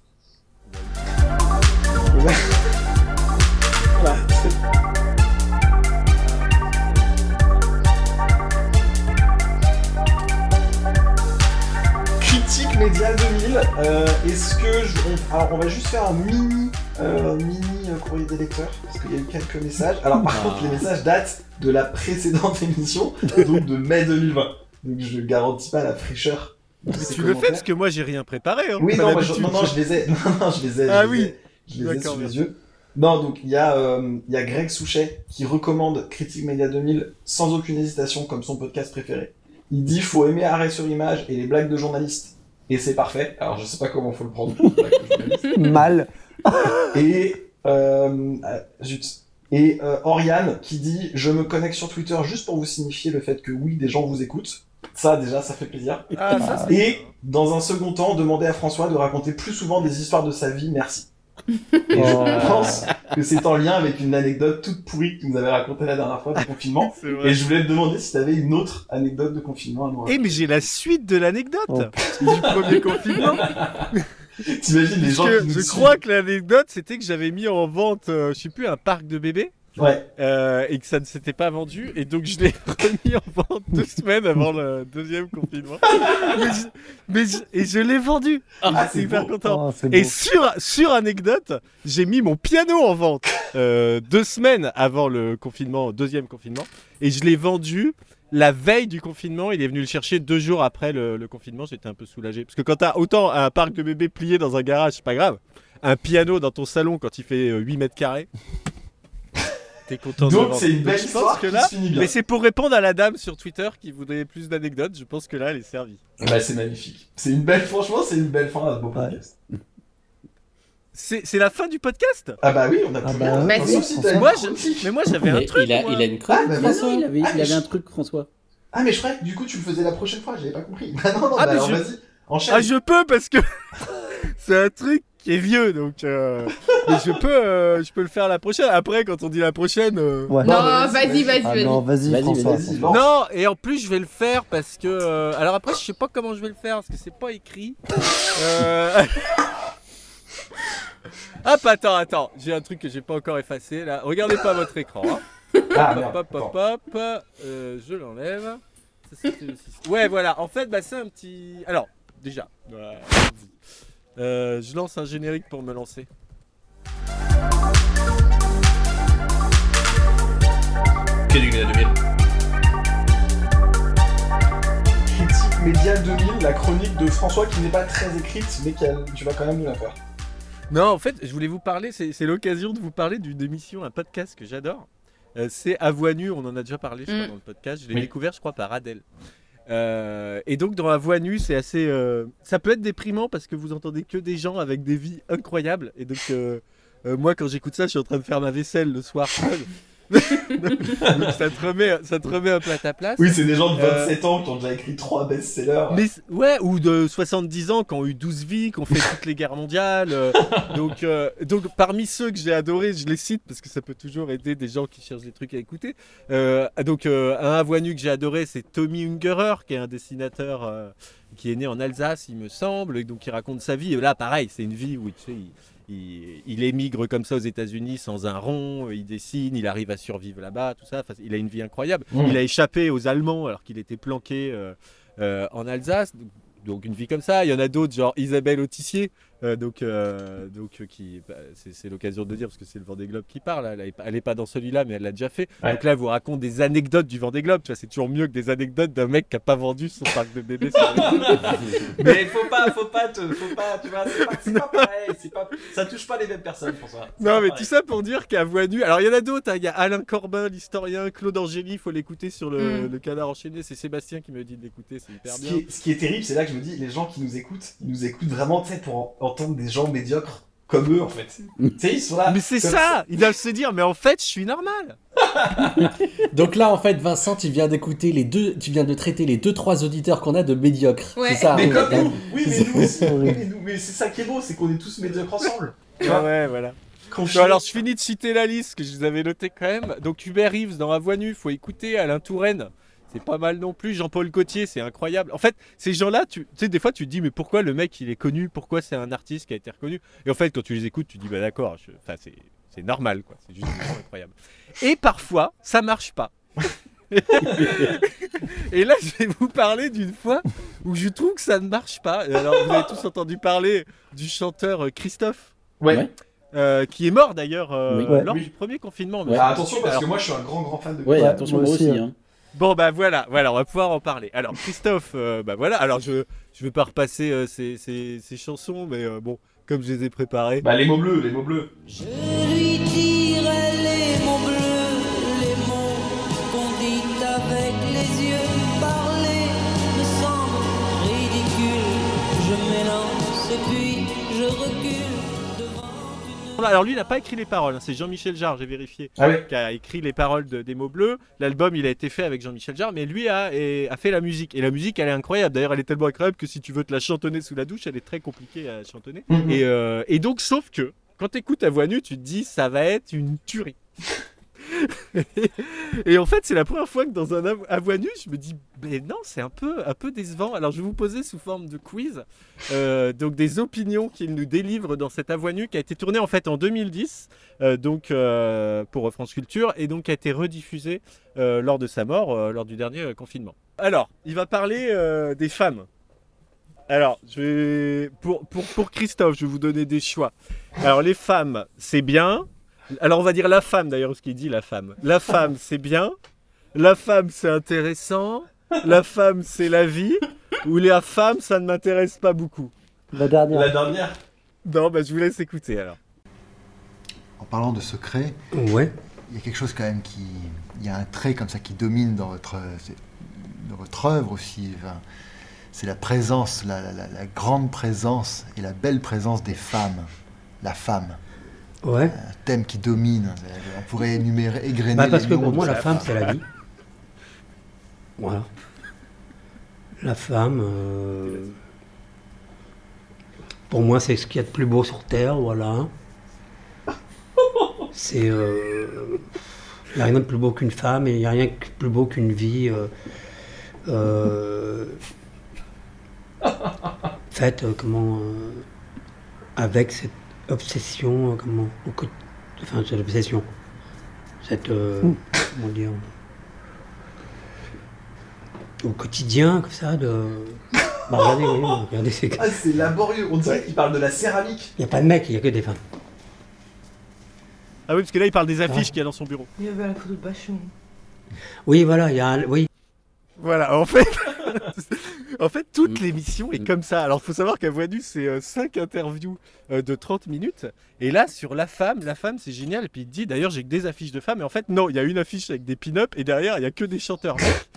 Critique Média 2000, euh, est-ce que je- on, alors, on va juste faire un mini, euh, mini euh, courrier des lecteurs, parce qu'il y a eu quelques messages. Alors par
Ah.
contre, les messages datent de la précédente émission, donc de mai 2020. Donc je garantis pas la fraîcheur. de
Mais
ces
tu le fais
commentaires.
parce que moi j'ai rien préparé. hein,
Oui,
comme
non, moi, je,
d'habitude.
non, non, je les ai. Non, non, je les ai.
Ah
je les
oui.
ai- je les ai
D'accord,
sous les
merci.
yeux. Non, donc il y, a, euh, il y a Greg Souchet qui recommande Critique Média 2000 sans aucune hésitation comme son podcast préféré. Il dit faut aimer Arrêt sur Image et les blagues de journalistes. Et c'est parfait. Alors je sais pas comment faut le prendre.
Mal.
Et euh, ah, zut. Et euh, Oriane qui dit je me connecte sur Twitter juste pour vous signifier le fait que oui des gens vous écoutent. Ça déjà ça fait plaisir.
Ah, ça, c'est
et dans un second temps demander à François de raconter plus souvent des histoires de sa vie. Merci. Et je pense que c'est en lien avec une anecdote toute pourrie que tu nous avais racontée la dernière fois du confinement.
C'est vrai.
Et je voulais te demander si tu avais une autre anecdote de confinement à nous
Eh, mais j'ai la suite de l'anecdote
Oh,
du premier confinement.
T'imagines les gens
Parce
qui
que
nous
Je
suivent.
crois que l'anecdote, c'était que j'avais mis en vente, euh, je sais plus, un parc de bébés.
Ouais.
Euh, et que ça ne s'était pas vendu. Et donc, je l'ai remis en vente deux semaines avant le deuxième confinement. mais je- mais je- et je l'ai vendu. Et
Ah,
J'étais
c'est
hyper
beau.
Oh,
content.
Ah, c'est
et
beau.
sur, sur anecdote, j'ai mis mon piano en vente euh, deux semaines avant le confinement, deuxième confinement. Et je l'ai vendu la veille du confinement, il est venu le chercher deux jours après le, le confinement. J'étais un peu soulagé. Parce que quand t'as autant un parc de bébés plié dans un garage, c'est pas grave. Un piano dans ton salon quand il fait euh, 8 mètres carrés. T'es content de
Donc,
l'avoir.
c'est une belle
je pense
histoire
que
qui
là,
se finit bien.
Mais c'est pour répondre à la dame sur Twitter qui voudrait plus d'anecdotes. Je pense que là, elle est servie.
Bah, c'est magnifique. C'est une belle, franchement, c'est une belle fin à ce beau podcast.
C'est c'est la fin du podcast
Ah bah oui, on a plus
bah rien. ouais. Bah si,
Sauf si t'as
Moi,
une
je-
chronique.
Mais moi j'avais un
Mais
truc.
il a-
moi.
il a une chronique, Ah, bah François.
non, il avait- Ah, il mais avait je- un
truc, François.
Ah, mais je croyais que du coup, tu le faisais la prochaine fois, j'avais pas compris. Bah non, non,
Ah,
bah
mais
alors
je-
vas-y, enchaîne.
Ah, je peux parce que c'est un truc qui est vieux donc. euh, mais je peux, euh, je peux le faire la prochaine. Après, quand on dit la prochaine. euh,
Non, vas-y, vas-y,
Ah
vas-y.
non, vas-y,
Vas-y,
François.
vas-y. Non,
François.
et en plus je vais le faire parce que. euh, alors après, je sais pas comment je vais le faire parce que c'est pas écrit. Euh, Hop, attends, attends. J'ai un truc que j'ai pas encore effacé là. Regardez pas votre écran. hein.
Ah,
hop,
merde,
hop, hop, hop. Euh, je l'enlève. Ça, c'était le six. Ouais, voilà. En fait, bah, c'est un petit. Alors, déjà. euh, euh, je lance un générique pour me lancer.
Que du Média 2000. Critique Média 2000, la chronique de François qui n'est pas très écrite, mais qu'elle- tu vas quand même nous la faire.
Non, en fait, je voulais vous parler, c'est c'est l'occasion de vous parler d'une émission, un podcast que j'adore. Euh, c'est À Voix Nue, on en a déjà parlé je crois,
Mm.
dans le podcast. Je l'ai
Oui.
découvert, je crois, par Adèle. Euh, et donc, dans À Voix Nue, c'est assez. euh, ça peut être déprimant parce que vous entendez que des gens avec des vies incroyables. Et donc, euh, euh, moi, quand j'écoute ça, je suis en train de faire ma vaisselle le soir seul. donc, ça te, remet, ça te remet un peu à ta place.
Oui, c'est des gens de
Euh,
27 ans qui ont déjà écrit 3 best-sellers.
mais c- ouais, ou de 70 ans qui ont eu 12 vies, qui ont fait toutes les guerres mondiales. euh, donc, euh, donc parmi ceux que j'ai adorés, je les cite parce que ça peut toujours aider des gens qui cherchent des trucs à écouter. Euh, donc euh, un avoinu que j'ai adoré, c'est Tommy Ungerer, qui est un dessinateur euh, qui est né en Alsace, il me semble, et donc qui raconte sa vie. Et là, pareil, c'est une vie où tu sais, il, il, il émigre comme ça aux États-Unis sans un rond, euh, il dessine, il arrive à survivre là-bas, tout ça. Enfin, il a une vie incroyable.
Mmh.
Il a échappé aux Allemands alors qu'il était planqué euh, euh, en Alsace. Donc, donc une vie comme ça. Il y en a d'autres, genre Isabelle Autissier, euh, donc, euh, donc euh, qui, bah, c'est c'est l'occasion de le dire parce que c'est le Vendée Globe qui parle. Elle n'est elle est pas dans celui-là, mais elle l'a déjà fait.
Ouais.
Donc là, elle vous raconte des anecdotes du Vendée Globe. Tu vois, c'est toujours mieux que des anecdotes d'un mec qui a pas vendu son parc de bébés. sur le-
Mais faut pas, faut pas, te- faut pas, tu vois, c'est pas, c'est pas pareil, c'est pas, ça touche pas les mêmes personnes, François. C'est
Non,
pas
mais
pareil.
tout ça pour dire qu'à voix nue. Alors, il y en a d'autres. hein. Il y a Alain Corbin, l'historien, Claude Angéli. Il faut l'écouter sur le,
Mm.
le canard enchaîné. C'est Sébastien qui me dit de l'écouter. C'est hyper
Ce
bien.
qui, est, ce qui est terrible, c'est là que je me dis, les gens qui nous écoutent, ils nous écoutent vraiment, tu sais, pour en- entendre des gens médiocres comme eux, en fait. Tu sais, ils sont là.
Mais c'est
comme
ça Ils doivent se dire, mais en fait, je suis normal
Donc là, en fait, Vincent, tu viens d'écouter les deux, tu viens de traiter les deux trois auditeurs qu'on a de médiocres.
Ouais.
C'est ça.
Mais
hein,
comme
hein.
nous, oui, mais nous aussi, oui, mais, nous- mais c'est ça qui est beau, c'est qu'on est tous médiocres ensemble. Tu vois
Ah ouais, voilà.
Quand
Bon,
je-
alors, je finis de citer la liste que je vous avais notée quand même. Donc, Hubert Reeves dans À Voix Nue, faut écouter. Alain Touraine, c'est pas mal non plus. Jean-Paul Gaultier, c'est incroyable. En fait, ces gens-là, tu tu sais, des fois, tu te dis, mais pourquoi le mec, il est connu Pourquoi c'est un artiste qui a été reconnu Et en fait, quand tu les écoutes, tu te dis, bah d'accord, je- enfin, c'est c'est normal, quoi. C'est juste des gens incroyables. Et parfois, ça marche pas. Et là, je vais vous parler d'une fois où je trouve que ça ne marche pas. Et Alors, vous avez tous entendu parler du chanteur euh, Christophe.
Ouais. Ouais.
Euh, qui est mort d'ailleurs euh,
Oui. Ouais.
lors
Oui.
du premier confinement.
Ah, attention, parce que moi, je suis un grand, grand fan de
Ouais, attention, moi aussi. hein.
Bon bah voilà, voilà, on va pouvoir en parler. Alors Christophe, euh, bah voilà, alors je je vais pas repasser euh, ces, ces- ces chansons, mais euh, bon, comme je les ai préparées.
Bah, les mots bleus, les mots bleus.
Lui dirait les mots bleus, les mots qu'on dit avec les yeux. Parler me semble ridicule. Je m'élance puis je recule devant.
Alors lui, il n'a pas écrit les paroles, hein, c'est Jean-Michel Jarre, j'ai vérifié,
Ah ouais
qui a écrit les paroles de- des mots bleus. L'album, il a été fait avec Jean-Michel Jarre, mais lui a, et- a fait la musique. Et la musique, elle est incroyable. D'ailleurs, elle est tellement incroyable que si tu veux te la chantonner sous la douche, elle est très compliquée à chantonner.
Mm-hmm.
Mhm.
et, euh, et donc, sauf que quand tu écoutes à voix nue, tu te dis, ça va être une tuerie. Et en fait, c'est la première fois que dans un av- à voix nue, je me dis, mais non, c'est un peu, un peu décevant. Alors, je vais vous poser sous forme de quiz, euh, donc des opinions qu'il nous délivre dans cet à voix nue qui a été tourné en fait en 2010, euh, donc euh, pour France Culture, et donc qui a été rediffusé euh, lors de sa mort, euh, lors du dernier euh, confinement. Alors, il va parler euh, des femmes. Alors, je vais... pour, pour, pour Christophe, je vais vous donner des choix. Alors, les femmes, c'est bien. Alors, on va dire la femme d'ailleurs, ce qu'il dit, la femme. La femme, c'est bien. la femme c'est intéressant, la femme c'est la vie, ou la femme ça ne m'intéresse pas beaucoup.
La dernière.
La dernière
Non, bah je vous laisse écouter alors.
En parlant de secret,
Ouais.
il y a quelque chose quand même qui. Il y a un trait comme ça qui domine dans votre, c'est- dans votre œuvre aussi. Enfin, c'est la présence, la, la- la- la grande présence et la belle présence des femmes. La femme.
Ouais.
Un thème qui domine. On pourrait énumérer, égrener.
Bah, parce
les
que pour
noms de
moi, la
ces
femme,
femmes.
c'est la vie. Voilà. La femme, euh, pour moi, c'est ce qu'il y a de plus beau sur Terre, voilà. C'est. euh, Il n'y a rien de plus beau qu'une femme et il n'y a rien de plus beau qu'une vie. euh, euh, faite, euh, comment. euh, avec cette obsession, euh, comment. au co- Enfin, cette obsession. Cette. euh,
Mm.
Comment dire au quotidien, comme ça, de. Bah, regardez, oui, regardez, c'est.
Ah, c'est laborieux. On dirait qu'il parle de la céramique.
Il n'y a pas de mec, il n'y a que des femmes.
Ah oui, parce que là il parle des affiches qu'il y a dans son bureau.
Il y avait la photo de Bachon.
Oui, voilà, il y a un. Oui.
Voilà, en fait, en fait toute l'émission est comme ça. Alors, faut savoir qu'à Voix Nue, c'est 5 interviews euh, de 30 minutes. Et là, sur la femme, la femme, c'est génial. Et puis, il dit, d'ailleurs, j'ai que des affiches de femmes. Et en fait, non, il y a une affiche avec des pin-up et derrière, il y a que des chanteurs. mecs.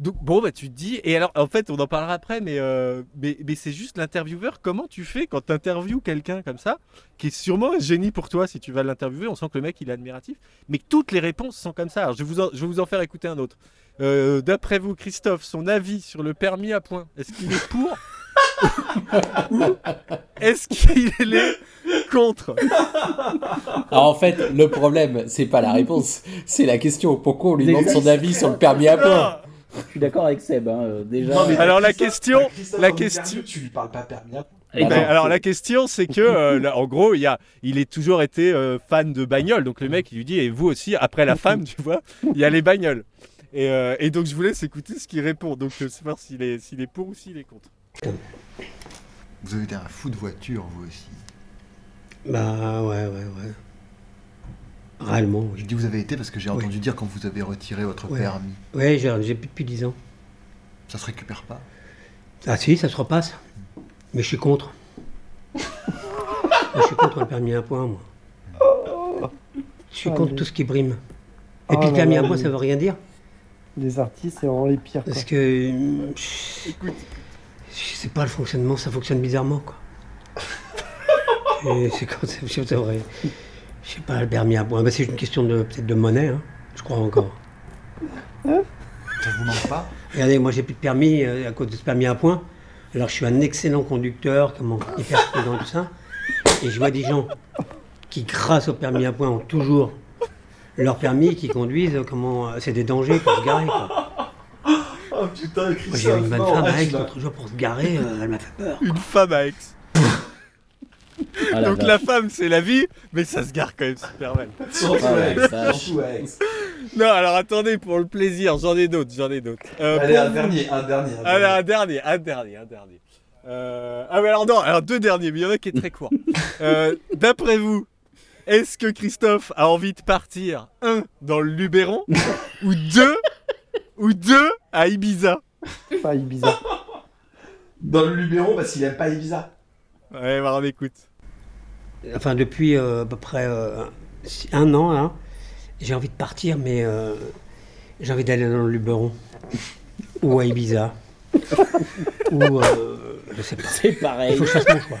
Donc, bon, bah, tu te dis. Et alors, en fait, on en parlera après, mais, euh, mais, mais c'est juste l'intervieweur. Comment tu fais quand tu interviews quelqu'un comme ça, qui est sûrement un génie pour toi si tu vas l'interviewer On sent que le mec, il est admiratif. Mais toutes les réponses sont comme ça. Alors, je, vais vous en, je vais vous en faire écouter un autre. Euh, D'après vous, Christophe, son avis sur le permis à points, est-ce qu'il est pour ou est-ce qu'il est contre
Alors, en fait, le problème, c'est pas la réponse, c'est la question. Pourquoi on lui demande son
Exact.
avis sur le permis à point
Je suis d'accord avec Seb, hein, euh, déjà.
Non, mais
Alors, la question-
Christophe- bah, Christophe,
la
en interview,
question-
Tu lui parles pas permis à
Eh ben, alors la question c'est que euh, là, en gros il y a il est toujours été euh, fan de bagnoles donc le mec il lui dit et vous aussi après la femme tu vois il y a les bagnoles et, euh, et donc je vous laisse écouter ce qu'il répond donc je sais pas s'il est s'il est pour ou s'il est contre
Vous avez été un fou de voiture, vous aussi.
Bah, ouais, ouais, ouais. Réellement, oui.
Je dis vous avez été parce que j'ai entendu dire quand vous avez retiré votre
Ouais.
permis.
Ouais, j'ai j'ai plus depuis 10 ans.
Ça se récupère pas.
Ah, si, ça se repasse. Mais je suis contre. Moi, je suis contre le permis à point, moi. Je suis
Ah,
contre
mais-
tout ce qui brime. Et
Ah,
puis le
là,
permis
là,
à point,
mais-
ça veut rien dire.
Les artistes, c'est vraiment les pires.
Parce que. euh, Écoute. Je sais pas, le fonctionnement, ça fonctionne bizarrement, quoi. Et c'est quand c'est c'est vrai. Je sais pas, le permis à point. Bah, c'est une question de peut-être de monnaie, hein, je crois encore.
Ça vous manque pas
Regardez, moi j'ai plus de permis euh, à cause de ce permis à point. Alors je suis un excellent conducteur, comment hyper prudent tout ça. Et je vois des gens qui, grâce au permis à point, ont toujours leur permis, qui conduisent, euh, comment euh, c'est des dangers pour se garer. Quoi.
Oh putain,
Moi j'ai eu
Christophe,
une bonne
non,
femme
ah,
à Aix
tu l'as-
l'autre jour pour se garer, euh, elle m'a fait peur.
une femme à ex
Ah, la
donc
vache.
la femme c'est la vie mais ça se gare quand même super mal
Surtout
Ah,
à Aix, surtout à Aix.
non alors attendez pour le plaisir j'en ai d'autres j'en ai d'autres Euh,
Allez,
pour
un
vous-
dernier, un dernier, un
Allez, un dernier un dernier un dernier Euh, ah mais alors non, alors deux derniers, mais il y en a qui est très court. Euh, D'après vous, est-ce que Christophe a envie de partir un dans le Luberon ou deux ou deux à Ibiza
Pas Ibiza.
Dans le Luberon, parce qu'il aime pas Ibiza.
Ouais, bah, on écoute.
Enfin, depuis euh, à peu près euh, si- un an, hein, j'ai envie de partir, mais euh, j'ai envie d'aller dans le Luberon. ou à Ibiza. ou. euh, je sais pas.
C'est pareil.
Il faut que je fasse mon choix.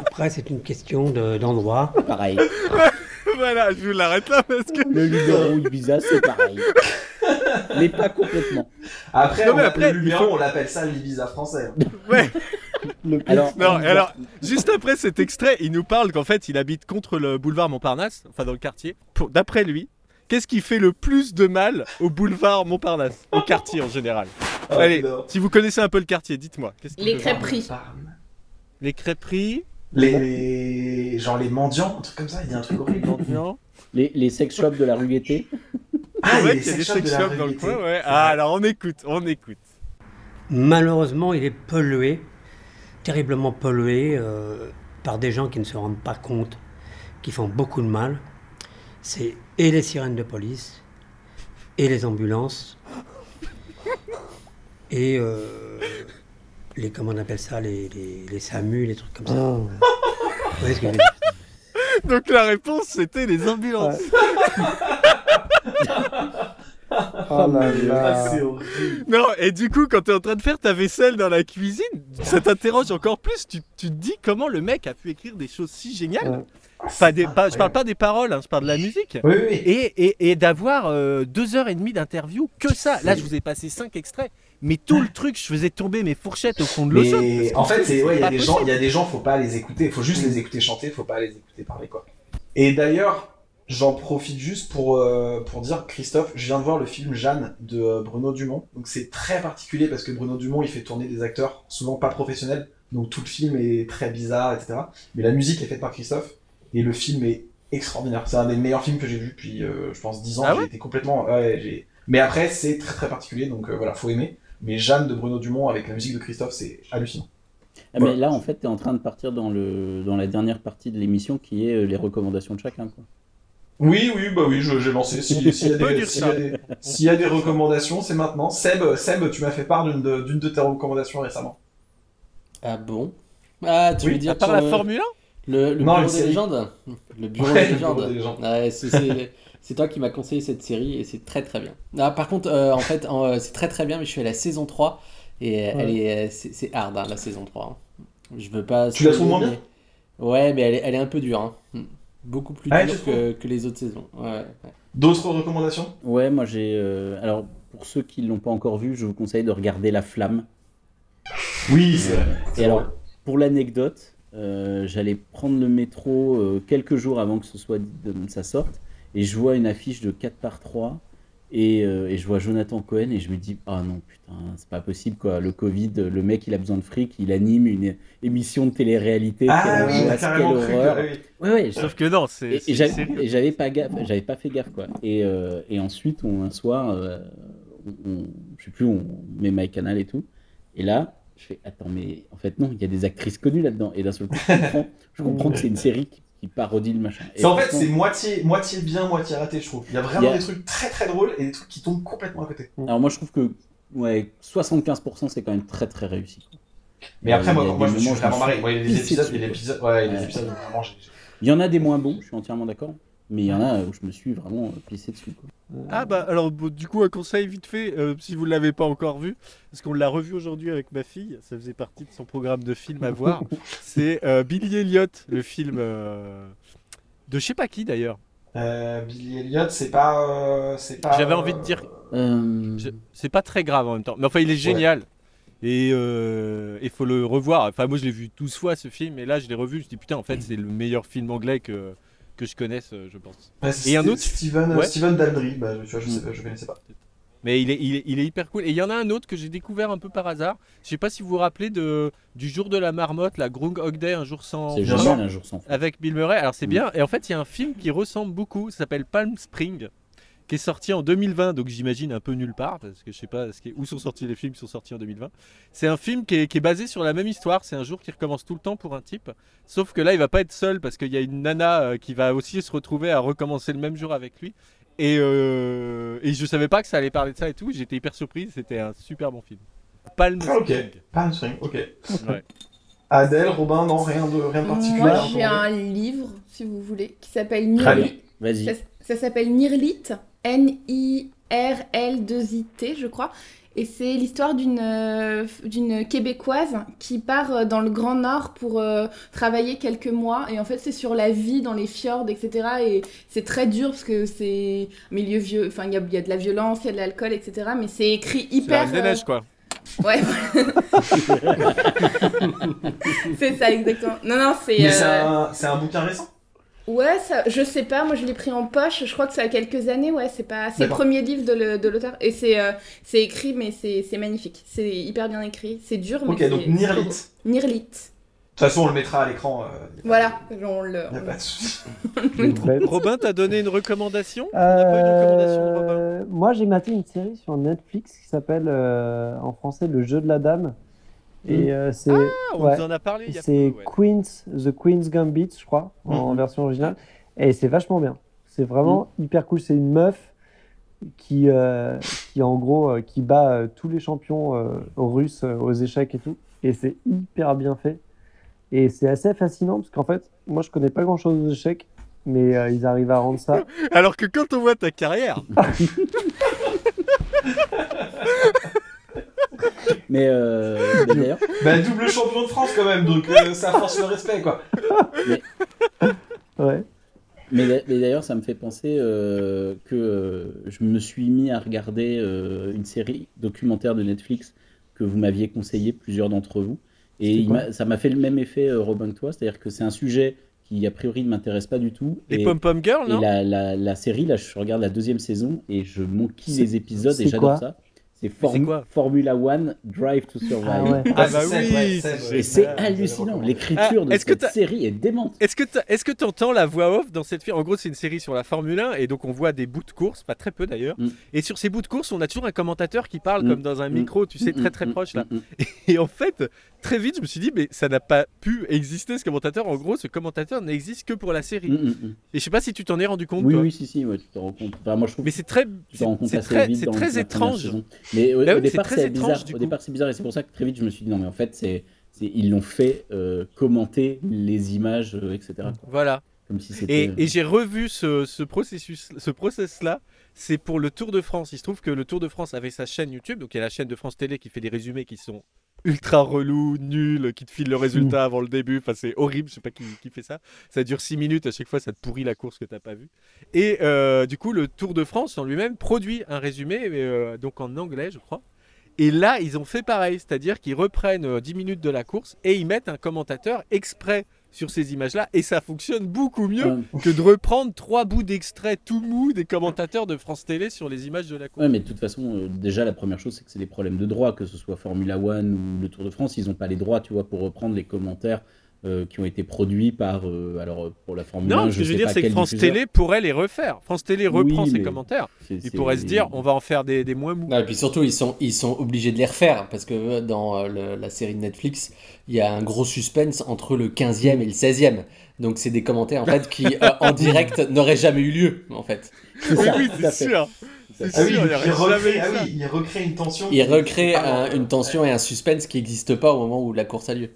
Après, c'est une question de- d'endroit.
pareil.
voilà, je vous l'arrête là parce que.
Le Luberon Ibiza, c'est pareil. Mais pas complètement.
Après,
Non,
on
mais
a-
après,
le
il
Luberon,
faut-
on l'appelle ça l'Ibiza français. hein.
Alors,
non, et alors, juste après cet extrait, il nous parle qu'en fait, il habite contre le boulevard Montparnasse, enfin dans le quartier. Pour- D'après lui, qu'est-ce qui fait le plus de mal au boulevard Montparnasse, au quartier en général
Oh,
Allez,
non.
si vous connaissez un peu le quartier, dites-moi. qu'est-ce qui
Les
peut faire
crêperies.
Les crêperies.
Les. Genre les mendiants, un truc comme ça, il y a un truc horrible.
les, les sex shops de la rue Gaîté.
Ah, il y a
Ouais,
des
il y a des
sex shops de
sex
la
shops dans le
rivalité.
coin, ouais. Ah, alors on écoute, on écoute.
Malheureusement, il est pollué, terriblement pollué euh, par des gens qui ne se rendent pas compte, qui font beaucoup de mal. C'est et les sirènes de police, et les ambulances et euh, les comment on appelle ça les, les, les SAMU, les trucs comme ça.
Oh.
Vous voyez ce que je veux dire
Donc la réponse, c'était les ambulances.
Oh là là.
Non, et du coup, quand t'es en train de faire ta vaisselle dans la cuisine, ça t'interroge encore plus. Tu, tu te dis comment le mec a pu écrire des choses si géniales. Pas des, pas- je parle pas des paroles, hein, je parle de la musique.
Oui, oui.
Et, et, et d'avoir euh, deux heures et demie d'interview que ça. Là, je vous ai passé cinq extraits. Mais tout le truc, je faisais tomber mes fourchettes au fond de l'eau.
Mais en fait, c'est- ouais, il y a des gens, il y a des gens, faut pas les écouter, faut juste les écouter chanter, faut pas les écouter parler quoi. Et d'ailleurs, j'en profite juste pour euh, pour dire, Christophe, je viens de voir le film Jeanne de euh, Bruno Dumont. Donc c'est très particulier parce que Bruno Dumont, il fait tourner des acteurs souvent pas professionnels, donc tout le film est très bizarre, etc. Mais la musique est faite par Christophe et le film est extraordinaire. C'est un des meilleurs films que j'ai vu depuis, euh, je pense, 10 ans.
Ah
j'ai
ouais
été complètement. ouais, j'ai- Mais après, c'est très très particulier, donc euh, voilà, faut aimer. Mais Jeanne de Bruno Dumont avec la musique de Christophe, c'est hallucinant.
Ah, mais là, en fait, t'es en train de partir dans, le, dans la dernière partie de l'émission qui est euh, les recommandations de chacun. Quoi.
Oui, oui, bah oui, je- j'ai lancé. Si- S'il y, a
On peut
des-
dire
s'il y a
ça.
des- s'il y a des recommandations, c'est maintenant. Seb, Seb, tu m'as fait part d'une de, d'une de tes recommandations récemment.
Ah bon Ah, tu
Oui,
veux dire
à part
sur
la
le-
Formule
le, le
Non,
bureau
une
des
série.
légendes Le bureau
Ouais,
des
le bureau
légendes.
des légendes.
Ouais, c'est- c'est- c'est toi qui m'as conseillé cette série et c'est très très bien. Ah, par contre, euh, en fait, en, euh, c'est très très bien, mais je suis à la saison 3 et euh, elle est, euh, c'est c'est hard hein, la saison 3. hein. Je veux pas.
Tu la
spoiler,
trouves moins
mais-
bien
Ouais, mais elle est, elle est un peu dure. hein. Beaucoup plus
Ah,
dure
tu
que, que les autres saisons. Ouais, ouais.
D'autres recommandations
Ouais, moi j'ai. euh, Alors, pour ceux qui l'ont pas encore vu, je vous conseille de regarder La Flamme.
Oui, c'est vrai.
Et alors, pour l'anecdote, euh, j'allais prendre le métro euh, quelques jours avant que ce soit de sa sorte, et je vois une affiche de 4 par 3 et, euh, et je vois Jonathan Cohen, et je me dis, ah non, putain, c'est pas possible, quoi. Le Covid, le mec, il a besoin de fric, il anime une émission de télé-réalité.
Ah
quelle
oui,
angoisse,
carrément
quelle
cru,
horreur.
ah oui.
Ouais, ouais, je-
Sauf que non, c'est-
et- et
c'est
j'avais-
sérieux.
et j'avais pas gaffe, j'avais pas fait gaffe quoi. Et, euh, et ensuite, on, un soir, euh, on, on- je sais plus, on met My Canal et tout. Et là, je fais attends, mais en fait non, il y a des actrices connues là-dedans. Et d'un seul coup, je comprends, je comprends que c'est une série qui, qui parodie le machin. Et
C'est en fait,
franchement-
c'est moitié, moitié bien, moitié raté, je trouve. Il y a vraiment
Il y a-
des trucs très très drôles et des trucs qui tombent complètement à côté.
Alors moi, je trouve que ouais, 75% c'est quand même très très réussi.
Mais après,
Euh,
moi,
il y a
quand- moi,
des
je me suis
moments,
vraiment marré. Ouais, les
pissé
épisodes,
dessus,
les
quoi.
épisodes, ouais, les
Ouais.
épisodes, vraiment, j'ai-
Il y en a des moins bons, je suis entièrement d'accord. Mais il y en a où je me suis vraiment euh, pissé dessus. quoi.
Ah bah alors bon, du coup un conseil vite fait euh, si vous ne l'avez pas encore vu parce qu'on l'a revu aujourd'hui avec ma fille ça faisait partie de son programme de films à voir c'est euh, Billy Elliot le film euh, de je sais pas qui d'ailleurs
Euh, Billy Elliot, c'est pas, euh, c'est pas.
j'avais
euh,
envie de dire Je- c'est pas très grave en même temps mais enfin il est génial et euh, il faut le revoir enfin moi je l'ai vu 12 fois ce film et là je l'ai revu je me dis putain en fait c'est le meilleur film anglais que que je connaisse euh, je pense
bah, c'est
et un
Ste-
autre
Steven,
Ouais.
Steven Daldry, bah, tu vois, je, sais
Mm.
pas, je connaissais pas.
Mais il est, il est- il est hyper cool. Et il y en a un autre que j'ai découvert un peu par hasard. Je sais pas si vous vous rappelez de, du jour de la marmotte, la Groundhog Day, un jour sans.
C'est
Bien
génial,
sûr.
Un jour sans fin.
Avec Bill Murray. Alors c'est
Mm.
bien. Et en fait, il y a un film qui ressemble beaucoup. Ça s'appelle Palm Spring, qui est sorti en 2020. Donc j'imagine un peu nulle part, parce que je sais pas ce qui est- où sont sortis les films qui sont sortis en 2020. C'est un film qui est, qui est basé sur la même histoire. C'est un jour qui recommence tout le temps pour un type. Sauf que là, il va pas être seul, parce qu'il y a une nana euh, qui va aussi se retrouver à recommencer le même jour avec lui. Et, euh, et je savais pas que ça allait parler de ça et tout. J'étais hyper surprise. C'était un super bon film. Palm
Ah, ok.
Spring.
Palm Spring, ok.
Ouais.
Adèle, Robin, non, rien de, rien de particulier.
Moi,
à
j'ai
recommander.
un livre, si vous voulez, qui s'appelle
Très bien.
Nirlit.
Vas-y.
Ça, ça s'appelle Nirlit, N-I-R-L-2-I-T, je crois. Et c'est l'histoire d'une euh, d'une Québécoise qui part euh, dans le Grand Nord pour euh, travailler quelques mois. Et en fait, c'est sur la vie dans les fjords, etc. Et c'est très dur parce que c'est un milieu vieux. Enfin, il y a, il y a de la violence, il y a de l'alcool, etc. Mais c'est écrit hyper.
C'est la Reine des
euh,
Neiges, quoi.
Ouais. c'est ça, exactement. Non, non, c'est.
Mais
euh,
c'est un, c'est un bouquin récent.
Ouais, ça, je sais pas, moi je l'ai pris en poche, je crois que ça a quelques années, ouais, c'est pas... C'est le
D'accord.
premier livre de le- de l'auteur, et c'est euh, c'est écrit, mais c'est c'est magnifique, c'est hyper bien écrit, c'est dur, mais
Ok,
c'est-
donc
c'est
Nirlit.
trop beau. Nirlit,
De toute façon, on le mettra à l'écran. euh,
voilà, on le...
y a pas de souci.
Robin, t'as donné une recommandation
Euh, Moi, j'ai maté une série sur Netflix qui s'appelle euh, en français Le jeu de la dame.
Mm.
Et euh, c'est
Ah, on
ouais.
nous en a parlé il y a Hmm.
C'est Queen's The Queen's Gambit, je crois, en version originale. Et c'est vachement bien. C'est vraiment hyper cool. C'est une meuf qui, euh, qui en gros, euh, qui bat euh, tous les champions euh, russes euh, aux échecs et tout. Et c'est hyper bien fait. Et c'est assez fascinant parce qu'en fait, moi, je connais pas grand chose aux échecs, mais euh, ils arrivent à rendre ça.
Alors que quand on voit ta carrière.
Mais euh, mais d'ailleurs,
Bah, double champion de France quand même, donc euh, ça force le respect quoi.
Ouais.
Mais, d'a- mais d'ailleurs, ça me fait penser euh, que euh, je me suis mis à regarder euh, une série documentaire de Netflix que vous m'aviez conseillé, plusieurs d'entre vous. Et
C'était
il
quoi
m'a- ça m'a fait le même effet, euh, Robin, que toi. C'est-à-dire que c'est un sujet qui, a priori, ne m'intéresse pas du tout.
Les
Et-
pom-pom girls,
Et
non
la, la- la série, là, je regarde la deuxième saison et je m'enquille
C'est-
les épisodes et
c'est quoi
j'adore ça. C'est Formu- Formula One Drive to Survive.
Ah ouais. Ah,
Ah bah
c'est-
oui,
Et c'est hallucinant. L'écriture de
Ah, est-ce que
cette
t'as-
série est démente.
Est-ce que t'as- est-ce que tu entends la voix off dans cette fille En gros, c'est une série sur la Formule 1 et donc on voit des bouts de course, pas très peu d'ailleurs. Et sur ces bouts de course, on a toujours un commentateur qui parle
Mm.
comme dans un
Mm.
micro, tu sais,
Mm,
très très
mm,
proche
mm,
là.
mm.
Et en fait, très vite, je me suis dit, mais ça n'a pas pu exister ce commentateur. En gros, ce commentateur n'existe que pour la série.
Mm, mm, mm.
Et je sais pas si tu t'en es rendu compte.
Oui,
toi.
oui, si, si, ouais, tu te rends compte. Enfin, moi, je trouve
Mais c'est très,
tu te rends compte
c'est
assez
très,
vite
c'est
dans
très
la première
étrange.
saison. Mais au,
Bah oui,
au
c'est
départ,
très
c'est
étrange,
bizarre.
du
Au
coup.
départ, c'est bizarre et c'est pour ça que très vite, je me suis dit non, mais en fait, c'est, c'est- ils l'ont fait euh, commenter les images, euh, etc. quoi.
Voilà.
Comme si c'était. euh,
Et, et j'ai revu ce, ce processus, ce process-là. C'est pour le Tour de France. Il se trouve que le Tour de France avait sa chaîne YouTube, donc il y a la chaîne de France Télé qui fait des résumés qui sont ultra relous, nuls, qui te file le résultat avant le début. Enfin, c'est horrible. Je sais pas qui, qui fait ça. Ça dure 6 minutes à chaque fois. Ça te pourrit la course que t'as pas vue. Et euh, du coup, le Tour de France en lui-même produit un résumé, euh, donc en anglais, je crois. Et là, ils ont fait pareil, c'est-à-dire qu'ils reprennent euh, 10 minutes de la course et ils mettent un commentateur exprès sur ces images-là, et ça fonctionne beaucoup mieux que de reprendre trois bouts d'extraits tout mou des commentateurs de France Télé sur les images de la course.
Ouais, mais de toute façon, euh, déjà, la première chose, c'est que c'est des problèmes de droit, que ce soit Formula One ou le Tour de France, ils n'ont pas les droits, tu vois, pour reprendre les commentaires euh, qui ont été produits par. euh, alors, euh, pour la Formule
Non,
1,
ce
je
que je veux
sais
dire,
pas
c'est que
quel
France
diffuseur.
Télé pourrait les refaire. France Télé reprend
Oui,
ses
mais
commentaires.
c'est-
Il
c'est-
pourrait se dire, on va en faire des, des moins mous.
Non, et puis surtout, ils sont, ils sont obligés de les refaire parce que euh, dans euh, le- la série de Netflix, il y a un gros suspense entre le 15e et le 16e. Donc, c'est des commentaires en fait qui euh, en direct n'auraient jamais eu lieu en fait.
C'est ça,
oui,
tout
c'est
à fait.
sûr.
C'est
Ah
ça.
oui,
sûr, il
il,
aurait
recrée,
jamais
ah
eu ça.
oui, il recrée une tension.
Ils recréent
Ah,
un- une tension et un suspense qui n'existe pas au moment où la course a lieu.